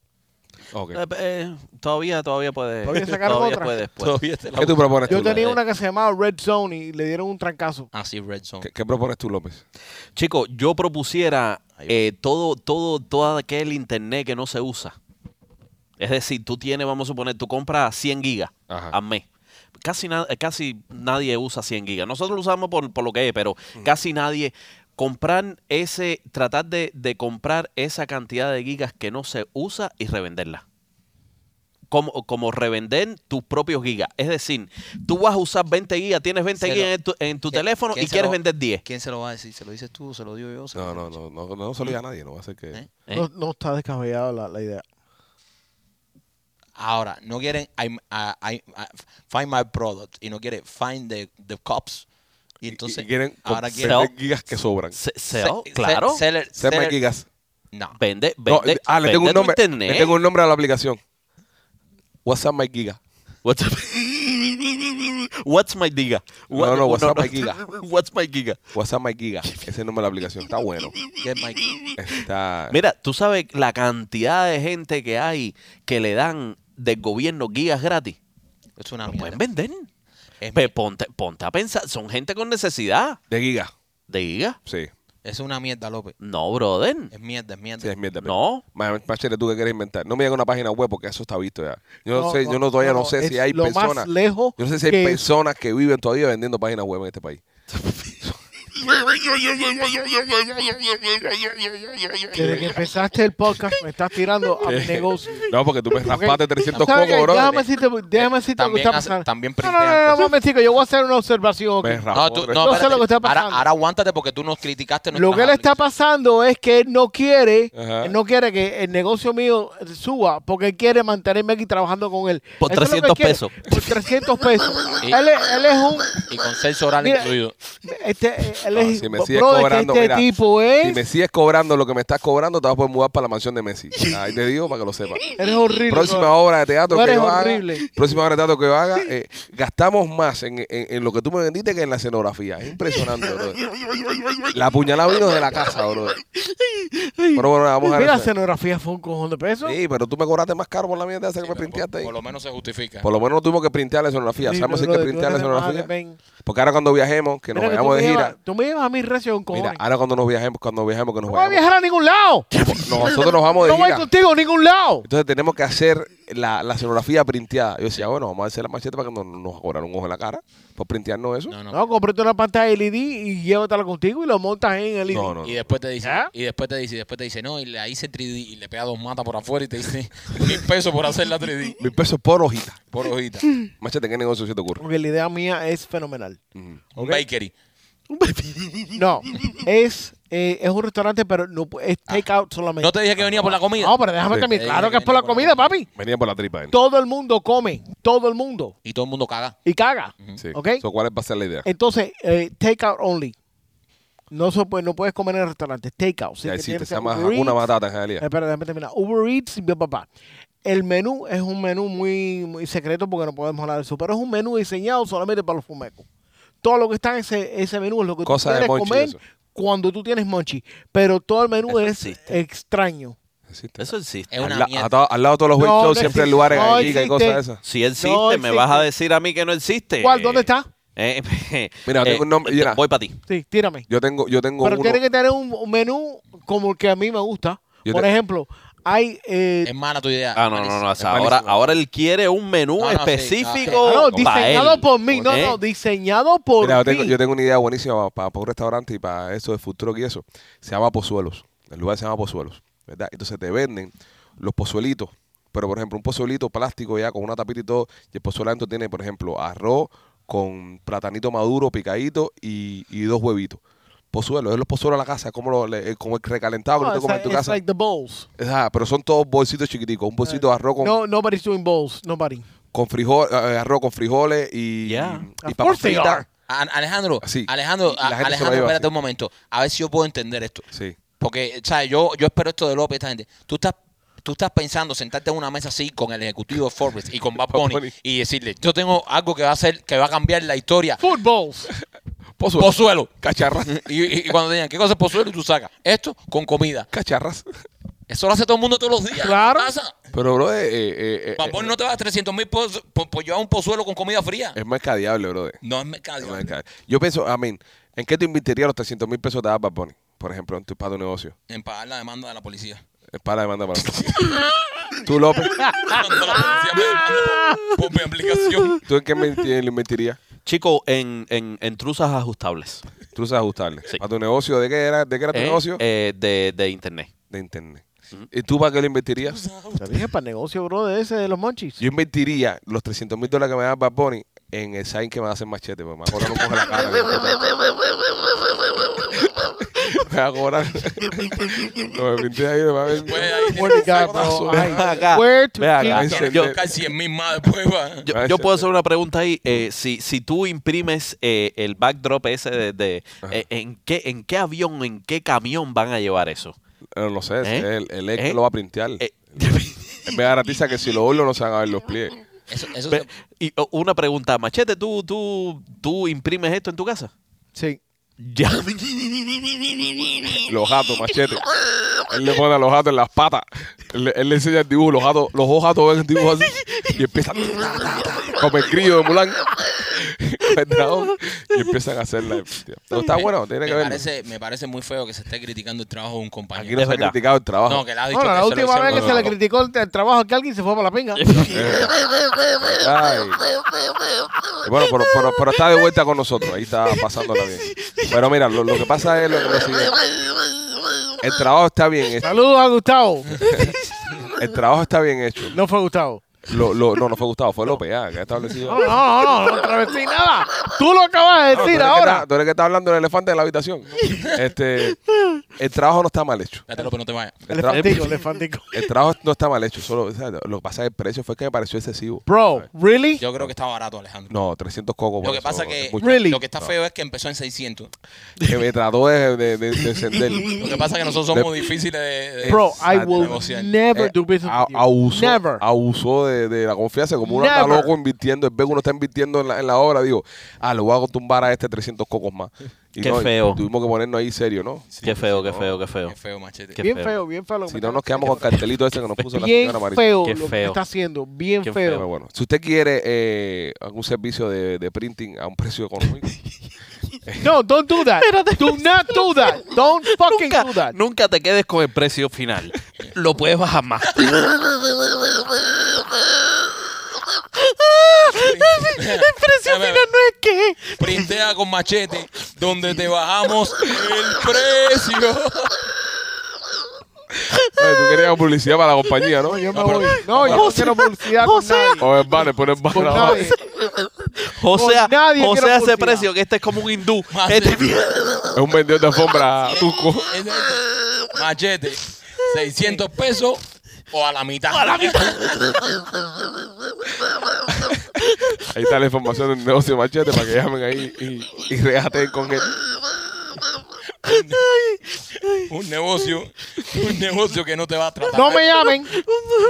A: Ok.
D: Eh, eh, todavía, todavía puede.
C: Todavía sacaron otra.
D: puede pues. después.
B: Todavía te la
A: ¿Qué tú
B: busco.
A: propones
C: Yo
A: tú?
C: tenía
D: eh.
C: una que se llamaba Red Zone y le dieron un trancazo.
B: Ah, sí, Red Zone.
A: ¿Qué, qué propones tú, López?
D: Chico, yo propusiera eh, todo, todo, todo aquel internet que no se usa. Es decir, tú tienes, vamos a suponer, tú compras 100 gigas
A: Ajá.
D: al mes. Casi, na- eh, casi nadie usa 100 gigas. Nosotros lo usamos por, por lo que es, pero casi nadie. Comprar ese, tratar de, de comprar esa cantidad de gigas que no se usa y revenderla. Como, como revender tus propios gigas. Es decir, tú vas a usar 20 gigas, tienes 20
B: Se lo-
D: gigas en tu, en tu
B: ¿Quién-
D: teléfono
B: quién
D: y
B: se
D: quieres
B: lo-
D: vender 10.
B: ¿Quién se lo va a decir? ¿Se lo dices tú? ¿Se lo digo yo? ¿Se
A: No,
B: lo
A: no,
B: digo yo?
A: no, no, no se lo diga a nadie, no va a ser que...
B: ¿Eh?
D: ¿Eh?
C: No, no está descabellada la, la idea.
B: Ahora, no quieren I'm- ah, I- ah, find my product y no quieren find the, the cops. Y entonces,
A: y quieren
B: ahora
A: con
B: quieren.
A: 20 gigas que sobran.
D: Se-
B: se-
D: sell,
B: se-
D: claro.
B: seller-
A: Se me
B: seller-
A: gigas.
B: No.
D: Vende,
A: No,
D: vende.
A: ah, le
D: vende
A: tengo, un
D: tu
A: nombre,
D: internet.
A: le tengo un nombre a la aplicación. WhatsApp My Giga.
D: WhatsApp. What's my giga?
A: No, no, WhatsApp my giga.
D: What's my giga?
A: WhatsApp My Giga. Ese es el nombre de la aplicación. Está bueno.
B: Get my-
A: Está...
D: Mira, tú sabes la cantidad de gente que hay que le dan del gobierno gigas gratis.
B: Es una
D: No
B: mierda.
D: pueden vender.
B: Es,
D: Pe- ponte, ponte a pensar, son gente con necesidad
A: De Giga.
D: de giga.
A: Sí.
B: es una mierda, López.
D: No, brother.
B: Es mierda, es mierda.
A: Sí, es mierda.
D: No.
A: Ma- Machete, tú que quieres inventar. No me llega una página web porque eso está visto ya. Yo no,
C: No,
A: sé,
C: no,
A: yo no, todavía no,
C: no,
A: sé si
C: es
A: hay
C: lo más
A: personas.
C: lejos
A: yo no sé si hay
C: que-
A: personas que viven todavía vendiendo páginas web en este país.
C: Desde que empezaste el podcast me estás tirando a mi negocio.
A: No, porque tú me
C: ¿ok?
A: raspaste 300
C: ¿Sabes qué?
A: cocos, bro.
C: Déjame decirte, déjame decirte lo
B: También
C: que está
B: hace-
C: pasando.
B: también
C: no, no, no,
B: printean
C: no,
B: cosas.
C: un momentico, yo voy a hacer una observación. ok.
A: Me raspó
B: No, tú,
A: tres-
B: no,
C: No sé
B: espérate.
C: lo que está pasando.
B: Ahora, ahora aguántate porque tú nos criticaste.
C: Lo que
B: nuestras
C: le está
B: aplicaciones.
C: pasando es que él no quiere,
A: Ajá.
C: él no quiere que el negocio mío suba porque él quiere mantenerme aquí trabajando con él.
D: Por
C: Eso es lo que
D: 300
C: quiere,
D: pesos.
C: Por 300 pesos.
B: Y-
C: él, es, él es un
B: Y con sexo oral
C: Mira,
B: incluido.
C: este, eh, él
A: No,
C: es
A: si me
C: bro,
A: sigues
C: es que
A: cobrando,
C: este
A: mira,
C: tipo
A: Si
C: es
A: me sigues cobrando lo que me estás cobrando, te vas a poder mudar para la mansión de Messi. Ahí te digo para que lo sepas.
C: eres horrible.
A: Próxima
C: bro.
A: obra de teatro
C: Tú
A: que
C: eres
A: yo haga,
C: horrible.
A: próxima obra de teatro que yo haga, eh, gastamos más en, en- en lo que tú me vendiste que en la escenografía. Es impresionante, bro. La puñalada vino de la casa, bro. Pero bueno, vamos a
C: Mira, la
A: ver.
C: escenografía fue un cojón de pesos.
A: Sí, pero tú me cobraste más caro por la mierda esa que me printeaste
B: Por,
A: ahí.
B: por lo menos se justifica.
A: Por lo menos no tuvimos que printear la escenografía.
C: Sí,
A: ¿Sabemos si hay
C: bro,
A: que
C: tú
A: printear la
C: eres de madre,
A: escenografía?
C: ven.
A: Porque ahora cuando viajemos, que nos
C: Mira que tú
A: vayamos
C: me
A: de gira,
C: llevas- Tú me llevas a mi recio un cojón.
A: mira, ahora cuando nos viajemos, cuando viajemos, que nos
C: No voy a
A: vayamos. pues,
C: viajar a ningún lado.
A: Nosotros nos vamos de
C: No voy
A: gira.
C: contigo a ningún lado.
A: Entonces tenemos que hacer la, la escenografía printeada. Yo decía, bueno, vamos a hacer la machete para que no no nos cobrar un ojo en la cara por printearnos eso.
B: No, no.
C: No, cómprate una pantalla LED y llévatela contigo y lo montas en el E LED.
A: No, no,
B: Y
A: no.
B: después te dice,
C: ¿Ah?
B: y después te dice, y después te dice, no, y la hice 3D y le pega dos matas por afuera y te dice mil pesos por hacer la 3D
A: Mil pesos por hojita.
B: por hojita.
A: Machete, ¿qué negocio se te ocurre? Mm.
C: Porque la idea mía es fenomenal.
B: Un bakery.
C: No, es, eh, es un restaurante, pero no pu- es
A: Ah.
C: take out solamente.
B: No te dije que venía por la comida.
C: No, pues. pero déjame
A: Sí.
C: terminar.
B: Te dije
C: Claro
B: que
C: que es por
B: venía
C: la
B: por la
C: comida, papi.
A: Venía por la tripa. ¿eh?
C: Todo el mundo come, todo el mundo,
B: Y todo el mundo caga.
C: y caga.
A: Sí.
C: ¿Ok?
A: So, ¿Cuál va a ser la idea?
C: Entonces, eh, take out only. No, se puede, no puedes comer en el restaurante, take out.
A: Ya hiciste, se llama una
C: una
A: batata en realidad.
C: Espera, déjame terminar. Uber Eats y papá. El menú es un menú muy, muy secreto porque no podemos hablar de eso, pero es un menú diseñado solamente para los fumecos. Todo lo que está en ese, ese menú es lo que
A: Cosa
C: tú
A: de
C: quieres
A: Monchi,
C: comer
A: eso.
C: cuando tú tienes monchi, pero todo el menú
D: Eso
C: es
D: existe.
C: extraño.
A: Existe.
D: Eso existe.
B: Es una
A: al, la-
B: mierda.
A: a to- al lado de todos los
C: No,
A: web
C: no
A: shows siempre hay
C: existe.
A: lugares
C: No
A: allí que hay
C: existe.
A: cosas de esas.
D: Si existe,
C: No
D: me vas
C: existe.
D: a decir a mí que no existe.
C: ¿Cuál? ¿Dónde está?
D: Eh,
A: Mira, tengo un nombre- mira.
D: Voy para ti.
C: Sí, tírame.
A: Yo tengo, yo tengo
C: Pero
A: uno.
C: tiene que tener un un menú como el que a mí me gusta.
A: Yo
C: Por
A: te-
C: ejemplo, hay... eh,
B: Es mala tu idea.
D: Ah, no, no,
B: malísima.
D: no. o sea, ahora,
A: malísimo.
D: ahora él quiere un menú
B: No, no, sí,
D: específico.
C: ah, no,
D: pa'
C: diseñado
D: él.
C: por mí. No,
D: ¿Eh?
C: no, diseñado por
A: Mira, yo
C: mí.
A: tengo, yo tengo una idea buenísima para, un restaurante y para eso de food truck y eso. Se llama Pozuelos. El lugar se llama Pozuelos, ¿verdad? Entonces te venden los pozuelitos. Pero, por ejemplo, un pozuelito plástico ya con una tapita y todo. Y el pozuelo adentro tiene, por ejemplo, arroz con platanito maduro picadito y, y dos huevitos. Pozuelos. Es los pozuelos a la casa, como, lo- le- eh, como el recalentado que
C: No,
A: tú te
C: it's
A: comes en tu
C: like, it's
A: casa.
C: like the bowls.
A: Ajá, pero son todos bolsitos chiquiticos. Un bolsito de arroz con,
C: No, nobody's doing bowls. Nobody.
A: con frijol, eh, arroz con frijoles y,
D: Yeah.
A: y
C: Of
A: papas
C: course they
A: fritas.
C: are.
B: A- Alejandro,
A: Así.
B: Alejandro,
A: Y la
B: a-
A: gente se lo
B: Alejandro,
A: lleva
B: espérate
A: así.
B: un momento. A ver si yo puedo entender esto.
A: Sí.
B: Porque, ¿sabes? Yo, yo espero esto de López, esta gente. Tú estás, tú estás pensando sentarte en una mesa así con el ejecutivo de Forbes y con Bad
A: Bad
B: Bunny
A: Bunny.
B: y decirle, yo tengo algo que va a hacer, que va a cambiar la historia.
C: Food bowls.
A: Pozuelos.
B: Pozuelo.
A: Cacharras.
B: Y, y- y cuando te digan, ¿qué cosa es pozuelo? Y tú sacas esto con comida.
A: Cacharras.
B: Eso lo hace todo el mundo todos los días.
C: Claro.
B: ¿Qué pasa?
A: Pero, bro, eh, eh, eh,
B: Bad Bunny
A: eh,
B: no te va a dar 300 mil por, por, por llevar un pozuelo con comida fría.
A: es mercadeable, bro. eh.
B: No es
A: Es
B: mercado.
A: mercadeable. Yo pienso, I mean, ¿en qué tú invertirías los 300 mil pesos de Bad Bunny? Por ejemplo, en tu, para tu negocio.
B: En pagar la demanda de la policía.
A: Es para la demanda para Tú, López,
B: Cuando la policía me demanda por, por mi aplicación.
A: ¿tú en qué invertir- invertirías?
D: Chico, en, en, en truzas ajustables.
A: Tú sabes ajustarle.
D: Sí.
A: ¿Para tu negocio? ¿De qué era, de qué era tu
D: ¿eh?
A: negocio?
D: Eh, de, de internet.
A: De internet. ¿Y tú para qué lo invertirías?
C: Te dije para el negocio, bro, de ese de los monchis.
A: Yo invertiría los 300 mil dólares que me da Bad Bunny en el sign que me va a hacer machete. Pues me va a cobrar un poco la cara. me va a cobrar. Lo me pinté ahí, me va a ver.
B: Pues ahí
C: Where to
B: tienes
C: God,
A: Corazón.
C: bro. Ay,
D: Ven acá,
C: where to
D: ven acá.
C: keep
A: Ese-
C: them.
B: que buscar 100 mil más después. va.
D: Yo,
A: Ah,
D: yo puedo
A: ese-
D: hacer una pregunta ahí. eh, si, si tú imprimes eh, el backdrop ese de... de- eh, ¿en, qué, ¿En qué avión, en qué camión van a llevar eso?
A: Eh, No sé,
D: ¿Eh?
A: el, el ex
D: ¿Eh?
A: lo va a printear.
D: Eh,
A: Me garantiza que si lo hurlo no se van a ver los pies.
B: Eso, eso
D: Ve-
B: se-
D: y o, una pregunta, Machete, ¿tú, tú, ¿tú imprimes esto en tu casa?
C: Sí.
D: Ya.
A: Los gatos, machete. Él le pone a los gatos en las patas. Él, le- él le enseña el dibujo. Los, gatos, los dos gatos ven el dibujo así y empiezan como el crío de Mulan. con el dragón, y empiezan a hacerla. Pero está bueno, tiene que
B: me,
A: ver.
B: parece, me parece muy feo que se esté criticando el trabajo de un
A: Aquí
B: compañero.
A: no
D: Es
A: se ha
D: verdad.
A: criticado el trabajo.
B: No, que le ha dicho
C: Bueno, la
B: que se lo
C: última vez que
B: hicieron
C: se le
B: con-
C: criticó el, el trabajo que alguien se fue por la pinga.
A: Ay. Bueno, pero, pero- pero está de vuelta con nosotros. Ahí está pasándola bien. Pero mira, lo, lo que pasa es lo, lo siguiente. El trabajo está bien hecho.
C: Saludos a Gustavo.
A: El trabajo está bien hecho.
C: No fue Gustavo.
A: Lo- lo- no, no fue Gustavo, fue López, ya, que ha establecido.
C: No, no, no, no, no travestí nada. Tú lo acabas de
A: No, tú eres
C: decir
A: que
C: ahora.
A: está- tú eres que está hablando del elefante de la habitación. Este, el trabajo no está mal hecho.
B: Espérate, López, no te vayas.
A: El, tra-
C: Elefantico, elefantico.
A: el trabajo no está mal hecho. Solo, o sea, lo que pasa es que el precio fue que me pareció excesivo.
C: Bro, ¿really?
B: Yo creo que está barato, Alejandro.
A: No, 300 cocos.
B: Lo que pasa que
A: mucho.
C: Really?
B: lo que está feo es que empezó en 600.
A: Que me trató de, de, de- de encender.
B: Lo que pasa es que nosotros somos difíciles de, de-
C: Bro, I
A: Exacto.
C: will
B: Negociar.
C: never
A: Eh,
C: do business
A: a-
C: with you.
A: abusó,
C: Never.
A: abusó de, de la confianza. Como uno está
C: Never.
A: loco invirtiendo, el ve que uno está invirtiendo en la, en la obra, digo, ah, lo voy a tumbar a este 300 cocos más. Y
D: Qué
A: no,
D: feo.
A: Tuvimos que ponernos ahí serio, ¿no?
D: qué feo, qué feo, qué feo.
B: Qué feo, machete.
D: ah, Qué
C: bien
D: feo.
C: feo. bien feo lo que
A: Si
C: me
A: no,
C: está
A: nos quedamos con
C: haciendo.
A: el cartelito ese que nos puso la
C: Bien
A: señora Marisa.
C: feo
D: Qué
C: lo que
D: feo.
C: está haciendo. Bien
D: Qué
A: Pero
C: feo.
A: bueno, si usted quiere eh, algún servicio de, de printing a un precio económico,
C: No, don't do that. Do not do that. Don't fucking
D: Nunca,
C: do that.
D: nunca te quedes con el precio final. Lo puedes bajar más.
B: precio final
D: no es que.
B: Printea con machete, donde te bajamos el precio.
A: Oye, tú querías publicidad para la compañía, ¿no?
C: No, yo me
A: Ah, pero-
C: voy. No, yo no
D: José-
C: quiero publicidad con
D: José-
C: nadie.
A: O el banner, pon el
C: Con
A: banner abajo.
C: nadie.
D: O
C: Con
D: sea,
C: nadie
D: o
C: quiero
D: sea ese
C: publicidad.
D: precio que este es como un hindú.
B: Más
D: Este-
A: Es un vendedor de alfombra turco.
B: Es este. Machete, 600 pesos o a la mitad.
D: a la mitad.
A: Ahí está la información del negocio de machete para que llamen ahí y, y regateen con él.
E: Un negocio, un negocio que no te va a tratar.
C: No me llamen.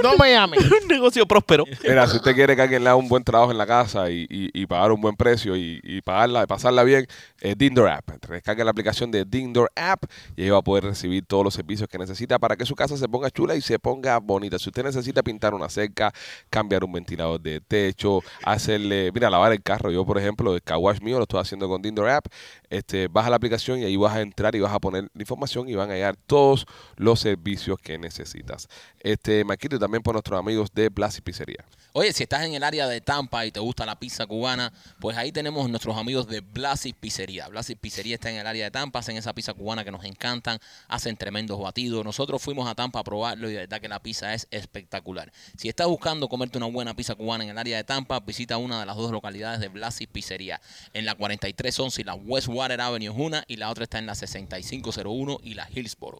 C: No me llamen.
D: Un negocio próspero.
A: Mira, si usted quiere que alguien le haga un buen trabajo en la casa y, y- y pagar un buen precio y, y pagarla, pasarla bien, eh, Dindor App. Descargue la aplicación de Dindor App y ahí va a poder recibir todos los servicios que necesita para que su casa se ponga chula y se ponga bonita. Si usted necesita pintar una cerca, cambiar un ventilador de techo, hacerle, mira, lavar el carro. Yo, por ejemplo, el car wash mío lo estoy haciendo con Dindor App. Este, baja la aplicación y ahí vas a entrar y vas a poner la información y van a llegar todos los servicios que necesitas. Este, Maquito, y también por nuestros amigos de Blas y Pizzería.
B: Oye, si estás en el área de Tampa y te gusta la pizza cubana, pues ahí tenemos nuestros amigos de Blasis Pizzería. Blasis Pizzería está en el área de Tampa, hacen esa pizza cubana que nos encantan, hacen tremendos batidos. Nosotros fuimos a Tampa a probarlo y de verdad que la pizza es espectacular. Si estás buscando comerte una buena pizza cubana en el área de Tampa, visita una de las dos localidades de Blasis Pizzería. En la 4311 y la Westwater Avenue es una y la otra está en la 6501 y la Hillsboro.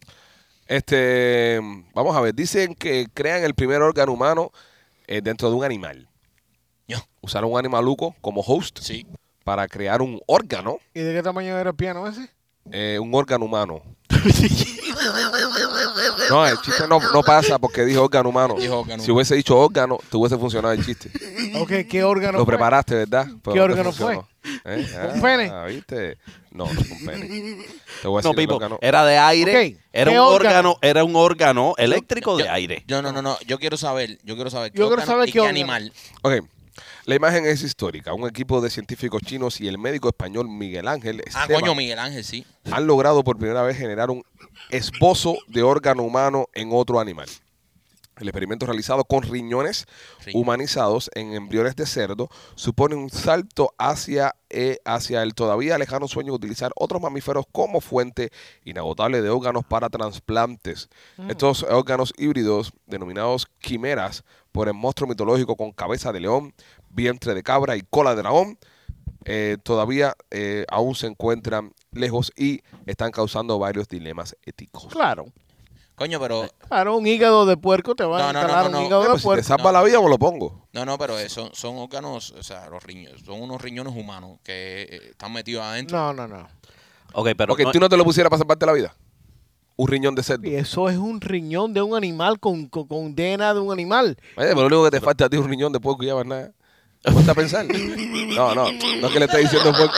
A: Este, vamos a ver, dicen que crean el primer órgano humano eh, dentro de un animal.
B: Ya.
A: Usaron un animaluco como host
B: Sí.
A: para crear un órgano,
C: ¿Y de qué tamaño era el piano ese?
A: eh, un órgano humano. No, el chiste no, no pasa porque dijo órgano humano.
B: Dijo órgano
A: si hubiese dicho órgano, te hubiese funcionado el chiste.
C: Ok, ¿qué órgano?
A: Lo
C: fue?
A: preparaste, ¿verdad?
C: ¿Qué
A: no te
C: órgano fue?
A: funcionó. ¿Eh?
C: ¿Un pene?
A: Ah, ¿viste? No, no fue un pene. Te voy a decir
D: No,
A: el
D: Pipo,
A: órgano.
D: era de aire,
C: Ok,
D: era
C: ¿qué
D: un órgano?
C: órgano?
D: era un órgano eléctrico de
B: Yo-
D: aire.
B: Yo no, no, no. Yo quiero saber, yo quiero saber
C: Yo quiero
B: órgano
C: saber
B: y
C: qué órgano.
B: animal.
A: Ok. La imagen es histórica. Un equipo de científicos chinos y el médico español Miguel Ángel
B: Ah,
A: Esteban
B: coño, Miguel Ángel, sí.
A: han logrado por primera vez generar un esbozo de órgano humano en otro animal. El experimento realizado con riñones
B: Riñón.
A: humanizados en embriones de cerdo supone un salto hacia, eh, hacia el todavía lejano sueño de utilizar otros mamíferos como fuente inagotable de órganos para trasplantes. Estos órganos híbridos, denominados quimeras por el monstruo mitológico con cabeza de león, vientre de cabra y cola de dragón, eh, todavía eh, aún se encuentran lejos y están causando varios dilemas éticos.
C: Claro.
B: Coño, pero.
C: Claro, un hígado de puerco te va
B: No,
C: a
B: no,
C: instalar
B: no, no,
C: un
B: no.
C: hígado
A: Ah,
C: de
A: pues si te
C: puerco.
A: salva la vida, me lo pongo.
B: No, no, pero eh, son, son órganos, o sea, los riñones, son unos riñones humanos que eh, están metidos adentro.
C: No, no, no.
D: Ok, pero
A: Porque
D: no-
A: tú no te lo pusieras para salvarte la vida. Un riñón de cerdo.
C: Y eso es un riñón de un animal con, con, con DNA de un animal.
A: Oye, pero lo único que te falta a ti es un riñón de puerco y ya más nada. Ponte a pensar. No, no, no es que le esté diciendo puerco.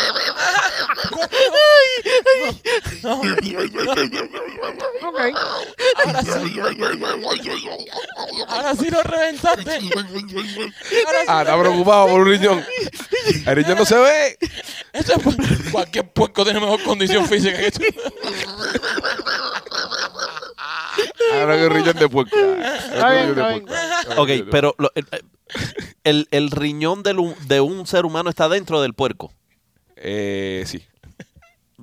C: Ok.
B: Ahora sí lo reventaste.
A: Ah, está preocupado por un riñón. El riñón no se ve.
E: Eso es pu- cualquier puerco tiene mejor condición física que tú.
A: Ahora que un riñón de puerco.
C: Está bien, está bien.
D: ok, pero lo- el, el- el riñón del hu- de un ser humano está dentro del puerco.
A: Eh, sí.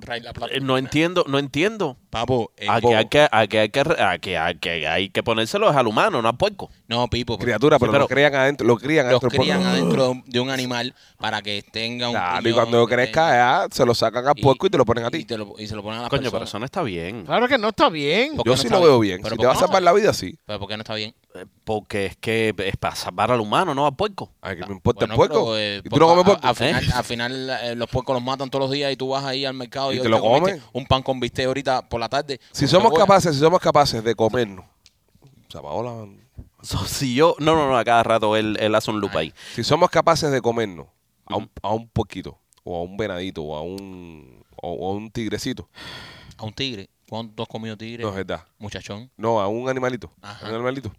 E: Trae la plata.
D: Eh, No entiendo, no entiendo.
E: Papo, eh,
D: Aquí
E: bobo.
D: hay que, aquí hay que, re- aquí hay que, hay que ponérselo es al humano, no al puerco.
B: No, Pipo, pero
A: Criatura, pero,
D: pero-
A: lo crían adentro. Lo crían
B: los
A: adentro. del
B: crían
A: puerco.
B: adentro de un- de un animal para que tenga un.
A: Claro, y
B: riñón,
A: cuando
B: que
A: crezca, ya,
B: tenga-
A: se lo sacan al puerco y, te lo ponen a
B: eh, Y,
A: ti.
B: te lo- y se lo ponen a la
D: Coño, pero eso
B: persona.
D: no está bien.
C: Claro que no está bien.
B: ¿Por qué
A: Yo
B: no
A: sí
B: está
A: lo
B: bien?
A: veo bien.
B: Pero
A: Si
B: ¿por
A: te
B: qué
A: va a
B: no
A: salvar
B: está
A: la vida, sí.
B: Pero ¿por qué no está bien?
D: Eh, Porque es que es para salvar al humano, no al puerco.
A: Ay, que me importa el
B: Bueno,
A: puerco.
B: pero, eh,
A: y tú no comes
B: porque
A: puerco.
B: a- Al final, al final, eh, los puercos los matan todos los días y tú vas ahí al mercado y,
A: Y
B: hoy
A: te lo
B: comiste
A: comes.
B: Un pan con bistec ahorita por la tarde.
A: si
B: con
A: somos
B: cebolla.
A: capaces, si somos capaces de comernos. O sea, Paola,
D: So, si yo, no, no, no, a cada rato él, él hace un loop ahí.
A: si somos capaces de comernos a un, a un puerquito, o a un venadito, o a un, o, o a un tigrecito.
B: A un tigre. ¿Cuánto has comido tigre?
A: No es verdad.
B: Muchachón.
A: No, a un animalito.
B: Ajá.
A: A un animalito.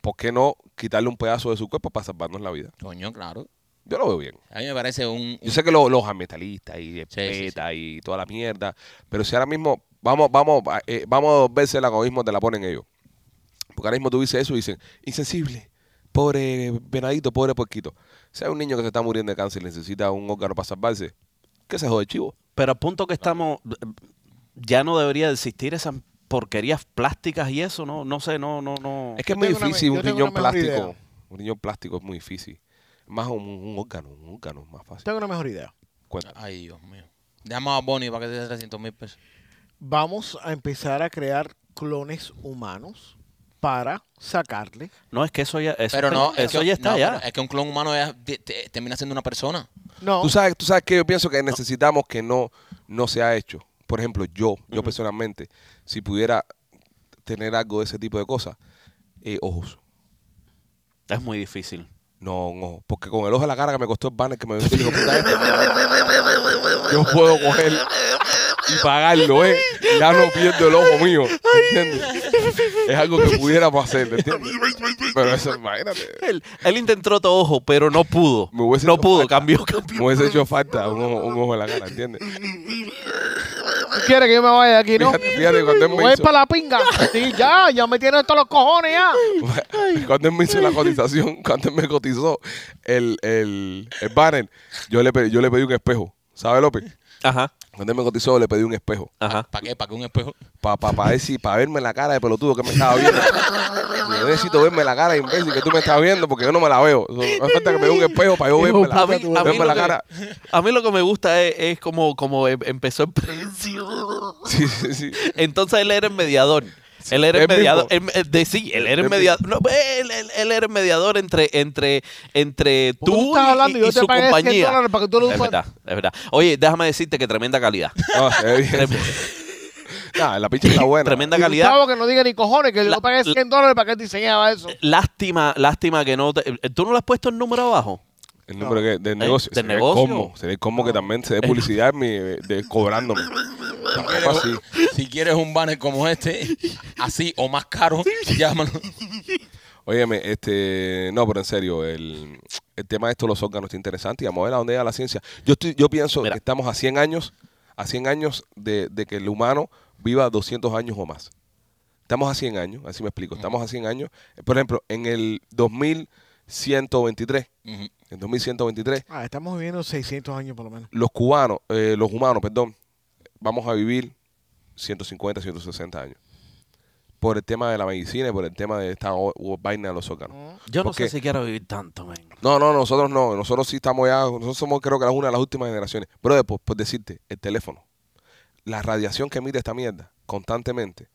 A: ¿Por qué no quitarle un pedazo de su cuerpo para salvarnos la vida?
B: Coño, claro.
A: Yo lo veo bien.
B: A mí me parece un.
C: Mm.
A: Yo sé que lo- los ambientalistas y el
B: Sí, sí,
A: PETA y toda la mierda, pero si ahora mismo vamos vamos a- eh, vamos a verse el agonismo te la ponen ellos. Porque ahora mismo tú dices eso y dicen, insensible, pobre venadito, pobre porquito. Si hay un niño que se está muriendo de cáncer y necesita un órgano para salvarse, ¿qué se jode, chivo?
D: Pero al punto que estamos, ya no debería de existir esas porquerías plásticas y eso, no, no sé, no, no, no.
A: Es que es
C: Mm. Yo
A: muy
C: tengo una me-
A: difícil
C: yo
A: un
C: tengo
A: riñón
C: una mejor
A: plástico.
C: idea.
A: Un riñón plástico es muy difícil. Más un, un órgano, un órgano es más fácil.
C: Tengo una mejor idea.
A: Cuéntame.
B: Ay, Dios mío. Déjame a Bonnie para que te dé 300 mil pesos.
C: Vamos a empezar a crear clones humanos para sacarle.
D: No, es que eso ya, eso,
B: Pero no, es
D: eso
B: que,
D: ya está
B: no,
D: ya.
B: pero Es que un clon humano ya te- te- termina siendo una persona.
C: No,
A: Tú sabes, tú sabes que yo pienso que necesitamos que no, no se ha hecho. por ejemplo, yo, yo personalmente, si pudiera tener algo de ese tipo de cosas, eh, ojos.
D: Es muy difícil.
A: No, un ojo. Porque con el ojo de la cara que me costó el banner que me vendió el hijo de puta este, yo puedo coger y pagarlo, ¿eh? Ya no pierdo el ojo mío, ¿entiendes? Es algo que pudiéramos hacer, ¿entiendes? Pero eso, imagínate.
D: Él, él intentó otro ojo, pero no pudo.
A: Me hubiese
D: No
A: hecho
D: pudo,
A: falta.
D: cambió, cambió.
A: Me hubiese hecho falta un ojo, un ojo en la cara, ¿entiendes?
C: ¿Quieres que yo me vaya de aquí, no?
A: Fíjate, fíjate, cuando él me
C: Voy
A: hizo-
C: para la pinga. Sí, ya, ya me tienen todos los cojones ya.
A: Cuando él me hizo la cotización, cuando él me cotizó el, el, el banner, yo le, pedí, yo le pedí un espejo. ¿Sabe, López?
D: Ajá,
A: Cuando él me cotizó, le pedí un espejo.
D: ajá.
B: ¿Para qué? ¿Para qué un espejo?
A: Para pa, pa ver si- pa verme la cara de pelotudo que me estaba viendo. Yo necesito verme la cara de imbécil que tú me estás viendo porque yo no me la veo. So, Me falta que me dé un espejo para yo verme la,
D: A mí, a mí
A: verme
D: lo
A: la
D: que,
A: cara.
D: a mí lo que me gusta es, es como, como em- empezó el precio.
A: Sí, sí, sí.
D: Entonces él era el mediador. Él era el
A: él mismo.
D: mediador. Él, él- de, sí, él era el
A: Él
D: mediador. No, él, él- él era el mediador entre, entre, entre
C: ¿Por
D: tú
C: qué tú estás
D: y-
C: hablando?
D: y,
C: Yo te
D: su
C: pagué 100
D: compañía.
C: dólares para que tú lo
D: es
C: usaras.
D: verdad, es verdad. Oye, déjame decirte que tremenda calidad.
A: No, se ve bien. Nah, la pinche está buena.
D: Tremenda
C: Y
D: calidad.
C: Gustavo que no diga ni cojones, que
D: La-
C: yo pagué 100 dólares para que él diseñaba eso.
D: Lástima, lástima que no te- ¿Tú no le has puesto el número abajo?
A: El número que, del
D: Eh,
A: negocio.
D: ¿del
A: Sería
D: negocio? Ah. Eh.
A: Como, sería como que también se dé publicidad en mi, de, cobrándome. Algo así.
E: Si quieres un banner como este, así o más caro, llámalo.
A: Óyeme, este, no, pero en serio, el, el tema de esto, los órganos, está interesante y vamos a ver a dónde llega la ciencia. Yo estoy, yo pienso
D: Mira.
A: que estamos a 100 años, a 100 años de, de que el humano viva 200 años o más. Estamos a 100 años, así me explico, estamos a 100 años. Por ejemplo, en el 2123,
E: Ujú.
A: en 2123,
C: Ah, estamos viviendo 600 años por lo menos.
A: los cubanos, eh, los humanos, perdón, vamos a vivir 150, 160 años. Por el tema de la medicina y por el tema de esta o- o vaina de los órganos.
D: Yo no
A: ¿Por qué?
D: sé si quiero vivir tanto, man.
A: No, no, nosotros no. Nosotros sí estamos ya. Nosotros somos, creo que, la- una de las últimas generaciones. Pero después, por decirte, el teléfono. La radiación que emite esta mierda constantemente.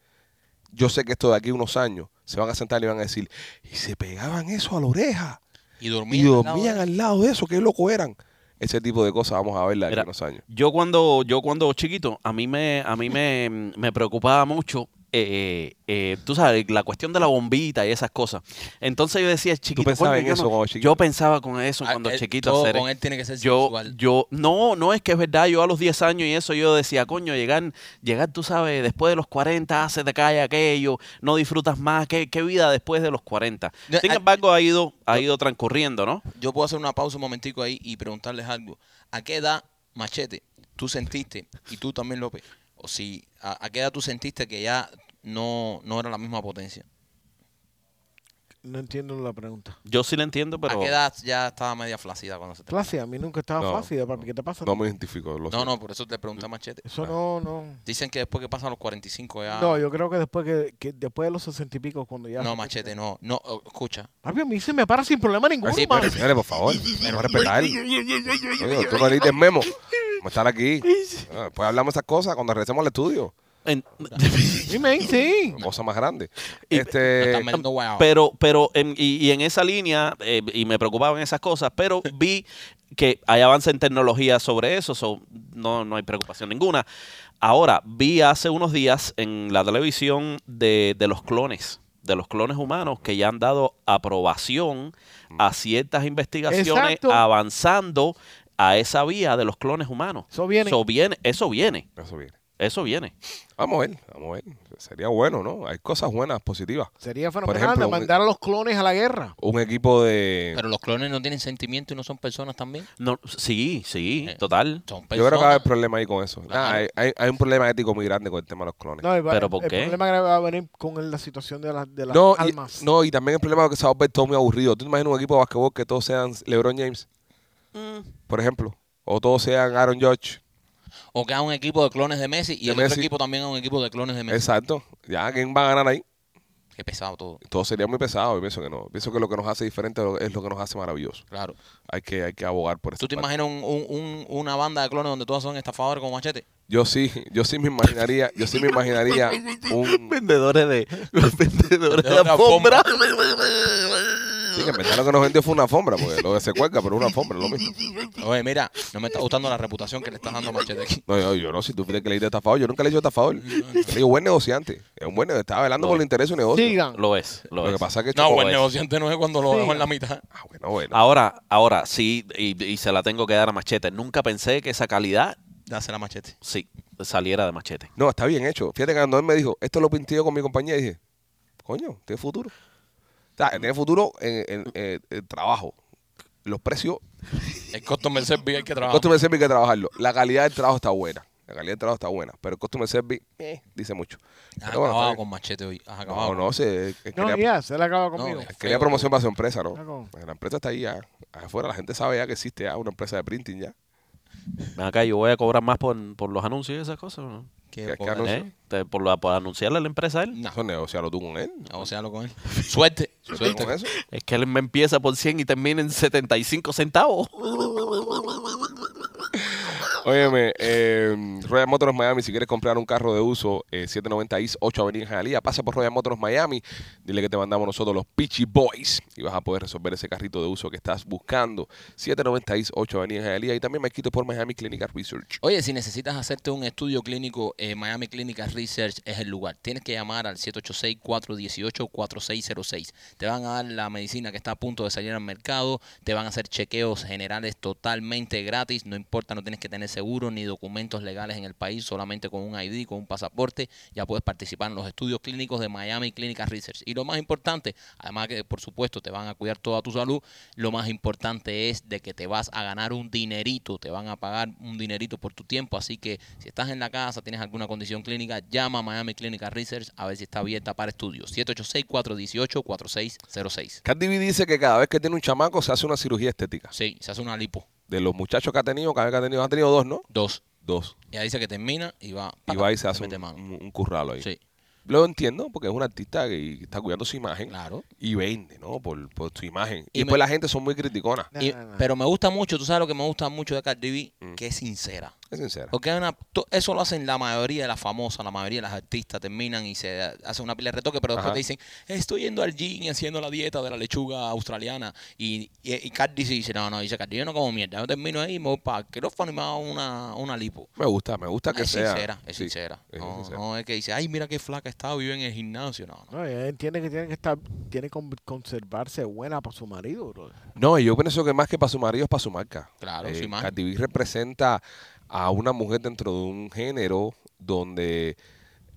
A: Yo sé que esto de aquí a unos años se van a sentar y van a decir, y se pegaban eso a la oreja.
E: Y
A: Y
E: dormían. al lado
A: dormían al lado de eso, qué loco eran. Ese tipo de cosas vamos a verla de aquí a
D: Mira,
A: unos años.
D: Yo cuando, yo cuando chiquito, a mí me, a mí me, me preocupaba mucho, eh, eh, tú sabes, la cuestión de la bombita y esas cosas. Entonces yo decía, chiquito,
A: pensabas
D: coño,
A: en
D: yo
A: eso
D: no-
A: cuando chiquito?
D: Yo pensaba con eso
E: Ah,
D: cuando
E: él-
D: chiquito.
E: todo
D: hacer-
E: con él tiene que ser
D: yo,
E: sexual.
D: yo, no, no es que es verdad, yo a los 10 años y eso yo decía, coño, llegar, llegar, tú sabes, después de los 40, se te cae aquello, no disfrutas más, qué, qué vida después de los 40.
E: No,
D: Sin
E: ah,
D: embargo, ha ido, ha ido transcurriendo, ¿no?
E: Yo puedo hacer una pausa un momentico ahí y preguntarles algo. ¿A qué edad, Machete, tú sentiste, y tú también, López, o si, a, a qué edad tú sentiste que ya no, no era la misma potencia?
C: No entiendo la pregunta.
D: Yo sí lo entiendo, pero...
E: ¿A qué edad ya estaba media flácida cuando se te...
C: Flácida, a mí nunca estaba
A: No,
C: flácida, papi. ¿Qué te pasa?
A: No me identifico. lo
E: No,
A: sé.
E: no, por eso te pregunté
A: eh,
E: a Machete.
C: Eso no, no.
E: Dicen que después que pasan los 45 ya...
C: No, yo creo que después que, que después de los 60 y pico, cuando ya.
E: No, Machete, no. No, oh, escucha.
C: Papi, a mí se me para sin problema ninguno,
E: Sí,
C: mano.
A: Pero, señores, por favor, vamos a respetar. Oye, tú no necesitas memo. Vamos a estar aquí. Ah, Después hablamos de esas cosas cuando regresemos al estudio.
D: en-
C: Sí, men, sí.
A: Cosa más grande.
D: Y-
E: No
A: Este,
E: están metiendo
B: Ah.
E: guayaba.
D: Pero, pero, en- y, y en esa línea, eh, y me preocupaban esas cosas, pero vi que hay avance en tecnología sobre eso, so, no, no hay preocupación ninguna. Ahora, vi hace unos días en la televisión de, de los clones, de los clones humanos, que ya han dado aprobación a ciertas investigaciones
C: Exacto.
D: avanzando a esa vía de los clones humanos.
C: Eso viene.
D: viene, eso viene,
A: eso viene.
D: eso viene.
A: Vamos a ver, vamos a ver. Sería bueno, ¿no? Hay cosas buenas, positivas.
C: Sería
A: Por
C: fenomenal
A: ejemplo,
C: de
A: un-
C: mandar a los clones a la guerra.
A: Un equipo de.
E: Pero los clones no tienen sentimiento y no son personas también.
D: No, sí, sí,
E: Eh,
D: total.
E: Son personas.
A: yo creo que va a haber problema ahí con eso.
E: Claro.
A: Ah, hay, hay- hay un problema ético muy grande con el tema de los clones.
C: No, y va-
D: ¿Pero por
C: el
D: qué?
C: problema que va a venir con el- la situación de, las de las
A: No,
C: almas.
A: y, no, y también el problema es que se va a ver todo muy aburrido. ¿Tú te imaginas un equipo de basquetbol que todos sean LeBron James,
D: Mm.
A: por ejemplo? O todos sean Aaron George.
E: O que haga un equipo de clones de Messi y
A: De
E: el
A: Messi.
E: otro equipo también haga un equipo de clones de Messi.
A: Exacto. Ya, ¿quién va a ganar ahí?
E: Qué pesado todo.
A: Todo sería muy pesado. Yo pienso que no. Pienso que lo que nos hace diferente es lo que nos hace maravilloso.
E: Claro.
A: Hay que, hay que abogar por eso.
E: ¿Tú te imaginas un- un- un- una banda de clones donde todos son estafadores con machete?
A: Yo sí, yo sí me imaginaría, yo sí me imaginaría un,
D: Vendedores de vendedores de
E: Vendedores de
D: alfombra.
A: Sí, que en verdad lo que nos vendió fue una alfombra, porque lo que se cuelga, pero una alfombra, lo mismo.
B: Oye, mira, no me está gustando la reputación que le estás dando a Machete aquí.
A: No, yo, yo no, si tú crees que le diste estafador, yo nunca le he dicho estafador. Yo le digo buen negociante. Es un buen negociante. Estaba velando por el interés de su negocio.
C: Sigan.
D: Lo es, lo,
A: Lo que
D: es.
A: pasa es que
B: No,
A: Choco-
B: buen
D: es.
B: negociante no es cuando lo
C: Sí.
B: dejo en la mitad.
A: Ah, bueno, bueno.
D: Ahora, ahora sí, y, y se la tengo que dar a Machete. Nunca pensé que esa calidad,
B: Dásela a Machete.
D: sí, saliera de Machete.
A: No, está bien hecho. Fíjate que cuando él me dijo, esto lo pinté yo con mi compañía, y dije, coño, tiene futuro. O sea, tiene futuro en, en- en- en trabajo. Los precios,
B: El customer service hay que
A: el
B: trabajar.
A: customer service hay que trabajarlo. La calidad del trabajo está buena. La calidad del trabajo está buena, pero el customer service eh, dice mucho.
B: Has
A: Pero bueno, está
B: Ah, acabado
A: bien.
B: con Machete hoy. Has acabado.
A: no, no, se, eh,
C: No,
A: quería,
C: ya, se la acaba conmigo.
B: ya.
A: quería promoción para su empresa, ¿no? Pues
C: Ah, ¿cómo?
A: La empresa está ahí ya, afuera. La gente sabe ya que existe ya una empresa de printing ya.
D: Ven acá, yo voy a cobrar más por, por los anuncios y esas cosas. ¿no?
B: Qué
A: Que- que
B: poca-
A: anuncio.
D: ¿Eh? Te- Por, la- por anunciarle a la empresa a él.
B: No,
A: Eso negocialo tú con él.
B: negocialo con él. Suerte, suerte.
A: ¿eh? Con eso.
D: Es que él me empieza por 100 y termina en 75 centavos.
A: Óyeme, eh, Royal Motors Miami, si quieres comprar un carro de uso, eh, 790 East 8 Avenida Jalía, pasa por Royal Motors Miami, dile que te mandamos nosotros los Peachy Boys y vas a poder resolver ese carrito de uso que estás buscando. 790 East 8 Avenida Jalía y también me quito por Miami Clinical Research.
B: Oye, si necesitas hacerte un estudio clínico, eh, Miami Clinical Research es el lugar. Tienes que llamar al 786-418-4606. Te van a dar la medicina que está a punto de salir al mercado. Te van a hacer chequeos generales totalmente gratis. No importa, no tienes que tener seguro ni documentos legales en el país. Solamente con un ID, con un pasaporte, ya puedes participar en los estudios clínicos de Miami Clinical Research. Y lo más importante, además que por supuesto te van a cuidar toda tu salud, lo más importante es de que te vas a ganar un dinerito, te van a pagar un dinerito por tu tiempo, así que si estás en la casa, tienes alguna condición clínica, llama a Miami Clinical Research a ver si está abierta para estudios. 786-418-4606.
A: Cardi B dice que cada vez que tiene un chamaco se hace una cirugía estética.
B: Sí, se hace una lipo.
A: De los muchachos que ha tenido, cada vez que ha tenido, ha tenido dos, ¿no?
B: Dos.
A: Dos.
B: Ella dice que termina y va.
A: Y va y se hace un,
B: mete mano.
A: un- un curralo ahí.
B: Sí,
A: Lo entiendo porque es un artista que está cuidando su imagen
B: claro.
A: y vende, ¿no? Por, por su imagen. Y,
B: Y me-
A: después la gente son muy criticonas.
C: No,
B: Y-
C: no, no.
B: Pero me gusta mucho, tú sabes lo que me gusta mucho de Cardi
A: Mm.
B: B, que es sincera.
A: Es sincera.
B: Porque hay una- to- eso lo hacen la mayoría de las famosas, la mayoría de las artistas terminan y se hacen una pila de retoque, pero después
A: Ajá.
B: te dicen, estoy yendo al gym y haciendo la dieta de la lechuga australiana. Y, y, y Cardi se dice, no, no, dice Cardi, yo no como mierda, yo termino ahí, me voy para el quirófano y me hago una, una lipo.
A: Me gusta, me gusta que
B: es
A: sea.
B: sincera, es
A: sí,
B: sincera.
A: es
B: no,
A: sincera.
B: no es que dice, ay, mira qué flaca está, vive en el gimnasio. No, no.
C: No, ella entiende que tiene que estar, tiene que con- conservarse buena para su marido, bro.
A: No, y yo pienso que más que para su marido es para su marca. Eh,
B: Claro, su imagen.
A: Cardi B representa a una mujer dentro de un género donde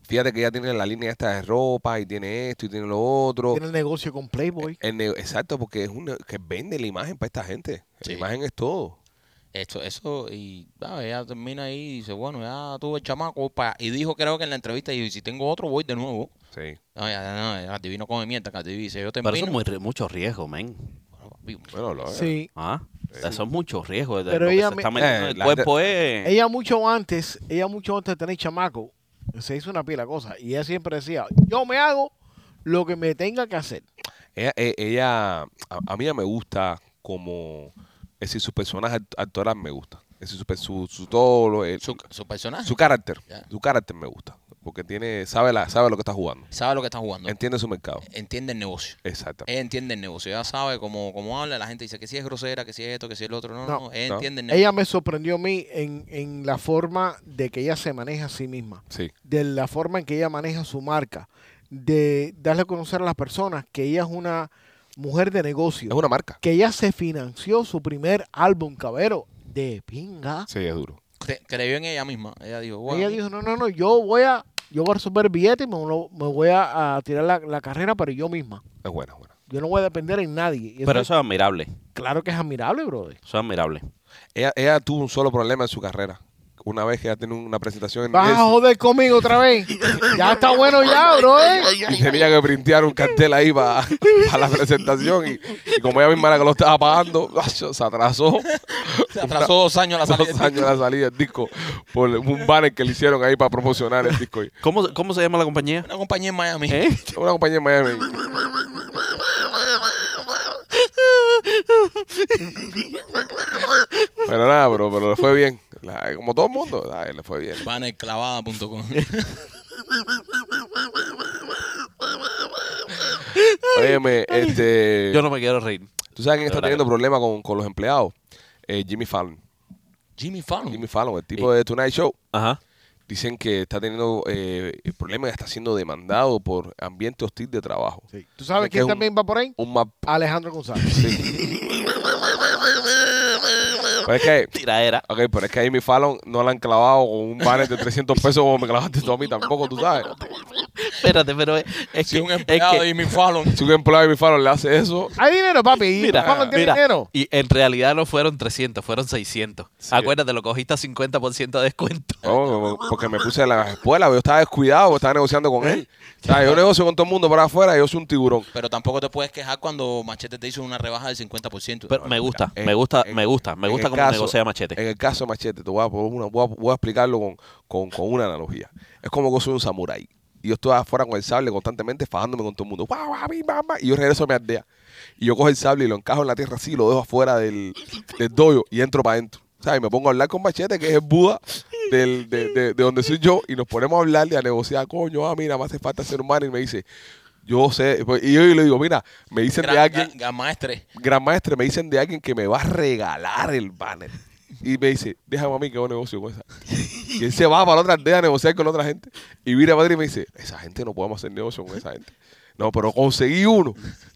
A: fíjate que ella tiene la línea esta de ropa y tiene esto y tiene lo otro.
C: Tiene el negocio con Playboy.
A: El ne- exacto, porque es una que vende la imagen para esta gente.
B: Sí.
A: La imagen es todo.
B: Esto, eso, y ah, ella termina ahí y dice, bueno, ya tuve el chamaco, pa. y dijo creo que en la entrevista, y si tengo otro, voy de nuevo.
A: Sí.
B: No, ya, ya, no, ya, Cativí no come mierda, Cativí dice, yo te
D: Pero eso
B: envino.
D: es muy ri- mucho riesgo, men.
B: Bueno, papi,
A: Bueno, lo
C: Sí.
D: ¿Ah? Eso es mucho riesgo. de- de
C: Pero
D: lo que
C: ella
D: se
C: me-
D: está metiendo en
A: Eh,
D: el
A: la-
D: cuerpo es...
C: Ella mucho antes, ella mucho antes de tener chamaco, se hizo una pila de cosas. Y ella siempre decía, yo me hago lo que me tenga que hacer.
A: Ella, e- ella- a, a mí ella me gusta como, es decir, sus personajes act- actoras me gusta. Es decir, su, pe- su, su todo, lo- el-
B: Su, su personaje
A: Su carácter,
B: Ah, Ya.
A: su carácter me gusta, porque tiene sabe la sabe lo que está jugando,
B: sabe lo que está jugando,
A: entiende su mercado.
B: entiende el negocio.
A: Exactamente.
B: Ella entiende el negocio, ella sabe cómo, cómo habla, la gente dice que si es grosera, que si es esto, que si es lo otro, no, no,
C: No.
B: ella
A: No.
B: entiende el negocio.
C: Ella me sorprendió a mí en, en la forma de que ella se maneja a sí misma,
A: Sí,
C: de la forma en que ella maneja su marca, de darle a conocer a las personas que ella es una mujer de negocio,
A: es una marca.
C: que ella se financió su primer álbum cabero de pinga.
A: Sí, es duro.
B: Cre- creyó en ella misma, ella dijo, wow,
C: Ella dijo, no, no, no, yo voy a, yo voy a resolver billetes, me, lo- me voy a, a tirar la, la carrera, pero yo misma.
A: Es buena, es buena.
C: Yo no voy a depender en nadie. Y
D: Pero
C: eso
D: eso es admirable.
C: claro que es admirable, brother.
D: Eso es admirable.
A: Ella, ella tuvo un solo problema en su carrera. Una vez que ella tenía una presentación en New
C: Vas a
A: Jersey
C: joder conmigo otra vez. ya está bueno ya, brother.
A: y tenía que printear un cartel ahí para la presentación y, y como ella misma era que lo estaba pagando, macho, se atrasó
B: se atrasó dos años la salida.
A: dos años la salida del disco por un banner que le hicieron ahí para promocionar el disco. Y-
D: ¿Cómo, cómo se llama la compañía?
B: Una compañía en Miami.
D: ¿Eh?
A: Una compañía en Miami. Pero nada, bro, pero le fue bien. La- como todo el mundo, la- le fue bien.
B: Bannerclavada.com
A: Óyeme, este.
D: Yo no me quiero reír.
A: Tú sabes quién
D: De
A: está
D: verdad
A: teniendo
D: que-
A: problemas con, con los empleados. Eh, Jimmy Fallon.
B: Jimmy Fallon.
A: Jimmy Fallon, el tipo de Tonight Show.
D: Ajá.
A: Dicen que está teniendo eh, problemas y está siendo demandado por ambiente hostil de trabajo.
C: Sí. ¿Tú sabes
A: Es que
C: quién
A: es un-
C: también va por ahí?
A: Un map.
C: Alejandro González.
A: Pero Pues es que,
D: Tiraera.
A: ok, pero es que a Jimmy Fallon no la han clavado con un banner de 300 pesos como me clavaste tú a mí tampoco, tú sabes.
D: Espérate, pero es, es
B: Si
D: que.
B: un
D: es
B: empleado
D: que-
B: de Jimmy Fallon.
A: Si un empleado de Jimmy Fallon le hace eso,
C: Hay dinero, papi.
D: Mira,
C: Fallon tiene
D: mira,
C: dinero.
D: y en realidad no fueron 300, fueron 600. Acuérdate, lo cogiste a 50% de descuento.
A: No, porque me puse en la espuela, yo estaba descuidado, porque estaba negociando con él. O sea, yo negocio con todo el mundo para afuera, yo soy un tiburón.
B: Pero tampoco te puedes quejar cuando Machete te hizo una rebaja del 50%.
D: Pero me gusta,
A: En-
D: me gusta,
A: en-
D: me gusta, me
A: en
D: gusta
A: el
D: cómo
A: caso-
D: negocia Machete.
A: En el caso de Machete, te voy a, poner una- voy a- voy a explicarlo con, con- con una analogía. Es como que yo soy un samurái. Y yo estoy afuera con el sable constantemente fajándome con todo el mundo. Guau, guau, bim, bam, bam. Y yo regreso a mi aldea. Y yo cojo el sable y lo encajo en la tierra así, lo dejo afuera del, del dojo y entro para adentro. O sea, y me pongo a hablar con Machete, que es el Buda del- de, de- de donde soy yo, y nos ponemos a hablar y a negociar. Coño, ah, mira, me hace falta ser humano. Y me dice, yo sé. Y yo le digo, mira, me dicen de
B: Gran,
A: alguien
B: gran- gran maestre.
A: gran maestre, me dicen de alguien que me va a regalar el banner. Y me dice, déjame a mí que hago negocio con esa. Y él se va para la otra aldea a negociar con otra gente. Y mira a Madrid y me dice, esa gente no podemos hacer negocio con esa gente. No, pero conseguí uno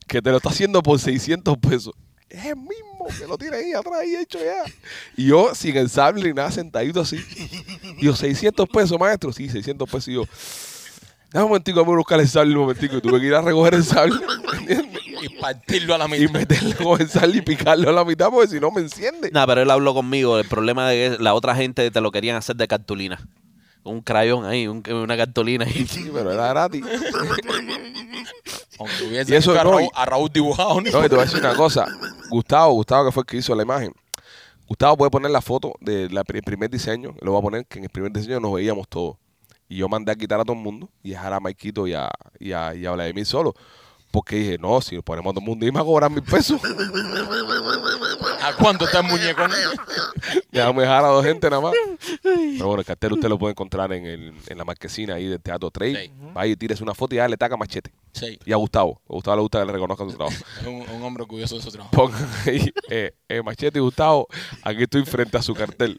A: que te lo está haciendo por 600 pesos. Es el mismo que lo tiene ahí atrás y hecho ya. Y yo sin el sable ni nada, sentadito así. Y yo, 600 pesos, maestro. Sí, 600 pesos. Y yo, dame un momentico, vamos a buscar el sable un momentico. Y tuve que ir a recoger el sable. ¿entiendes?
B: Y partirlo a la
A: y
B: mitad.
A: meterle con el sal y picarlo a la mitad porque si no me enciende.
D: Nah, pero él habló conmigo. El problema de que la otra gente te lo querían hacer de cartulina. Un crayón ahí, un- una cartulina ahí.
A: Sí, pero era gratis.
B: Aunque hubiese
A: Y eso
B: hecho a,
A: no,
B: Raúl,
A: y-
B: a Raúl dibujado. ¿no?
A: No, y te voy a decir una cosa. Gustavo, Gustavo que fue el que hizo la imagen. Gustavo puede poner la foto del primer diseño. Lo va a poner que en el primer diseño nos veíamos todos. Y yo mandé a quitar a todo el mundo y dejar a Maikito y a, y a, y a Vladimir solo. Porque dije, no, si ponemos a todo el mundo y me va a cobrar mil pesos.
B: ¿A cuánto está el muñecón?
A: Déjame dejar a dos gente nada más. Pero bueno, el cartel usted lo puede encontrar en, el- en la marquesina ahí del Teatro Trail.
B: Sí.
A: Vaya y tírese una foto y ya le taca machete.
B: Sí,
A: Y a Gustavo. A Gustavo le gusta que le reconozcan su trabajo.
B: es un, un hombre orgulloso de su trabajo.
A: Pongan ahí, eh, eh, Machete y Gustavo, aquí estoy frente a su cartel.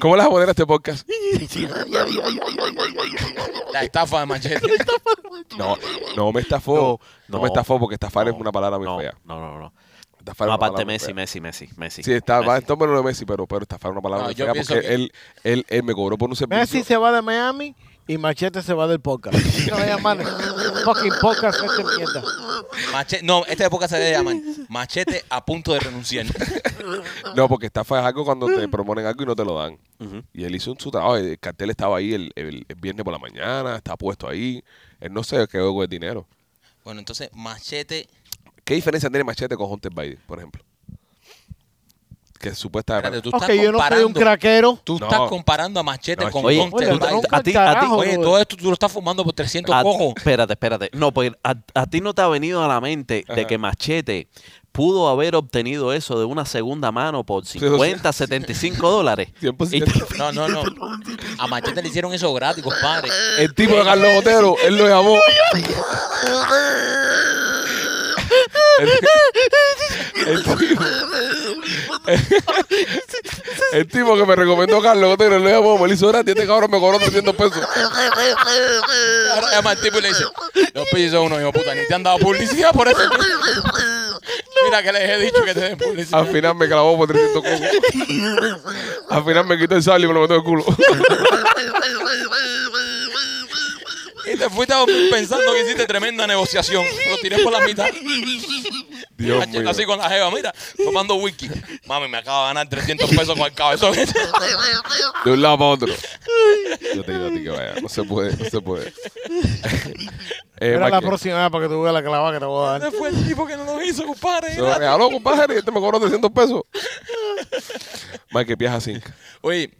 A: ¿Cómo le vas a poner a este podcast?
B: La estafa de Machete.
A: No, no me estafó. No,
D: No,
A: me estafó porque estafar es
D: no,
A: una palabra muy
D: no,
A: fea.
D: No, no, no.
A: Estafar
D: No,
A: es una
D: aparte
A: palabra muy
D: Messi,
A: fea.
D: Messi, Messi, Messi.
A: Sí, está,
D: Messi.
A: va, tómalo de Messi, pero, pero estafar es una palabra
B: No,
A: muy
B: yo
A: fea
B: pienso
A: porque
B: que-
A: él, él, él me cobró por un servicio.
C: Messi se va de Miami y Machete se va del podcast. No vaya mal. Fucking podcast este mierda.
B: Machete, no, esta época se debe llamar Machete a punto de renunciar.
A: No, porque estafa es algo cuando te proponen algo y no te lo dan.
D: Ujú.
A: Y él hizo su trabajo. El cartel estaba ahí el, el- el viernes por la mañana, está puesto ahí. Él no se quedó con el dinero.
B: Bueno, entonces Machete.
A: ¿Qué diferencia tiene Machete con Hunter Biden, por ejemplo? Que
B: Espérate,
A: supuestamente.
B: tú
C: Ok,
B: estás
C: yo no soy un
B: comparando.
C: craquero.
B: Tú
A: No.
B: estás comparando a Machete
A: No,
B: con
D: oye,
B: Hunter
C: Oye,
D: Pero
C: tú
B: Biden.
C: ronca
D: a
C: el
D: ti- a ti-
C: carajo,
B: Oye,
C: bro.
B: todo esto tú lo estás fumando por 300
A: Ah.
D: A-
B: cojos.
D: Ah, Espérate, espérate. No, porque a, a ti no te ha venido a la mente de
A: Ajá.
D: que Machete pudo haber obtenido eso de una segunda mano por
A: sí.
D: 50, 75 dólares. Y
A: 100%.
B: No, no, no. A Machete le hicieron eso gratis, compadre.
A: El tipo de Carlos Botero, él lo llamó. El, el tipo. El, tipo que me recomendó Carlos Botero, él lo llamó, me lo hizo gratis. Este cabrón me cobró 300 pesos.
B: Ahora llama al tipo y le dice: Los pillos son unos hijos de puta, ni te han dado publicidad por eso. Mira que les he dicho que te den publicidad.
A: Al final me clavó por 300 cocos. Al final me quitó el sal y me lo metió en el culo.
B: Y te fuiste a dormir pensando que hiciste tremenda negociación. Lo tiré por la mitad.
A: Dios
B: Machete
A: mío.
B: así con la jeva, mira, tomando whisky. Mami, me acabo de ganar 300 pesos con el cabezón. este.
A: De un lado para otro. Yo te digo a ti que vaya. No se puede, no se puede. Eh,
C: Era la
A: Mike,
C: próxima vez para que tú veas la clava que te voy a dar.
B: Ese fue el tipo que no lo hizo, compadre.
A: Se lo regaló, compadre. y Este me cobró 300 pesos. Mike, viaja 5.
B: Oye,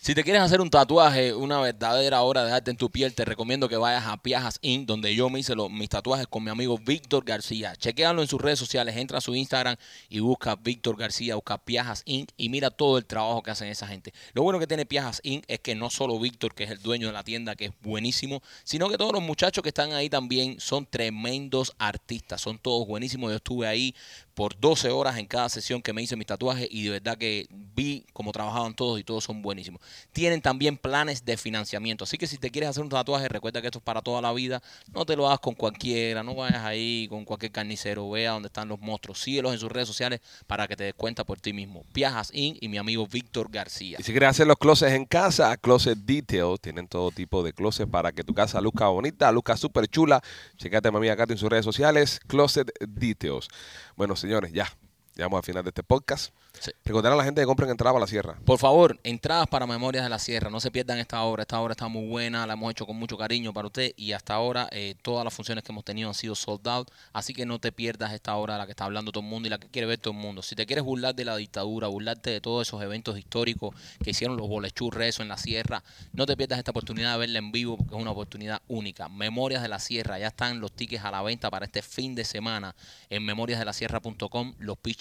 B: Si te quieres hacer un tatuaje, una verdadera obra de arte en tu piel, te recomiendo que vayas a Piajas Inc., donde yo me hice los- mis tatuajes con mi amigo Víctor García. Chequéalo en sus redes sociales, entra a su Instagram y busca Víctor García, busca Piajas Inc. y mira todo el trabajo que hacen esa gente. Lo bueno que tiene Piajas Inc. es que no solo Víctor, que es el dueño de la tienda, que es buenísimo, sino que todos los muchachos que están ahí también son tremendos artistas, son todos buenísimos. Yo estuve ahí por 12 horas en cada sesión que me hice mis tatuajes y de verdad que vi cómo trabajaban todos y todos son buenísimos. Tienen también planes de financiamiento, así que si te quieres hacer un tatuaje, recuerda que esto es para toda la vida, no te lo hagas con cualquiera, no vayas ahí con cualquier carnicero, vea dónde están los monstruos, síguelos en sus redes sociales para que te des cuenta por ti mismo. Piajas Inc. y mi amigo Víctor García.
A: Y si quieres hacer los closets en casa, Closet Detail, tienen todo tipo de closets para que tu casa luzca bonita, luzca súper chula. Checate a mi amiga Katy en sus redes sociales, Closet Details. Bueno, señores, ya. Llegamos al final de este podcast.
B: Sí.
A: Recordar a la gente que compren entrada para la sierra.
B: Por favor, entradas para Memorias de la Sierra. No se pierdan esta obra. Esta obra está muy buena. La hemos hecho con mucho cariño para usted. Y hasta ahora eh, todas las funciones que hemos tenido han sido sold out. Así que no te pierdas esta obra de la que está hablando todo el mundo y la que quiere ver todo el mundo. Si te quieres burlar de la dictadura, burlarte de todos esos eventos históricos que hicieron los bolechurres eso en la sierra, no te pierdas esta oportunidad de verla en vivo porque es una oportunidad única. Memorias de la Sierra. Ya están los tickets a la venta para este fin de semana en memoriasdelasierra.com,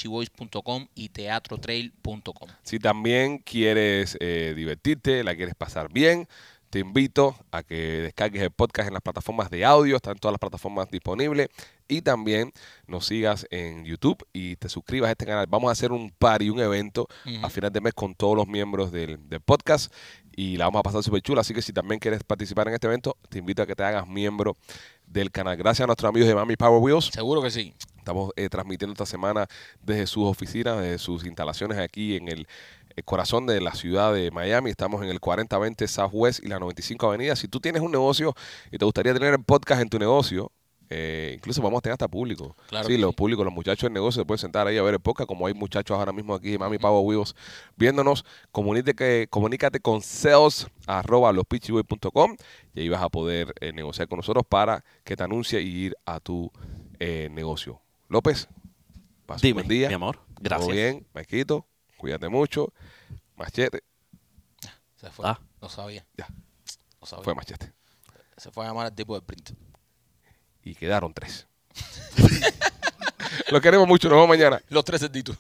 B: lospitchyboys.com y teatrotrail.com.
A: Si también quieres eh, divertirte, la quieres pasar bien, te invito a que descargues el podcast en las plataformas de audio, están todas las plataformas disponibles. Y también nos sigas en YouTube y te suscribas a este canal. Vamos a hacer un party, un evento a final de mes con todos los miembros del, del podcast y la vamos a pasar súper chula. Así que si también quieres participar en este evento, te invito a que te hagas miembro del canal. Gracias a nuestros amigos de Mami Power Wheels.
B: Seguro que sí.
A: Estamos eh, transmitiendo esta semana desde sus oficinas, desde sus instalaciones aquí en el, el corazón de la ciudad de Miami. Estamos en el 4020 Southwest y la 95 Avenida. Si tú tienes un negocio y te gustaría tener el podcast en tu negocio, eh, incluso vamos a tener hasta público.
B: Claro
A: sí,
B: que
A: los
B: sí.
A: públicos, los muchachos del negocio se pueden sentar ahí a ver el podcast, como hay muchachos ahora mismo aquí de Mami Pavo Vivos viéndonos. Comunícate, que- comunícate con sales arroba lospitchyboy.com y ahí vas a poder eh, negociar con nosotros para que te anuncie y ir a tu eh, negocio. López, pasa un
D: Dime,
A: buen día.
D: mi amor.
A: Todo
D: Gracias.
A: bien, Maquito, cuídate mucho. Machete,
B: Se fue.
D: Ah.
B: No sabía.
A: ya,
B: No sabía.
A: fue machete.
B: Se fue a llamar al tipo del print.
A: Y quedaron tres. Lo queremos mucho, nos vemos mañana.
B: Los tres cerditos.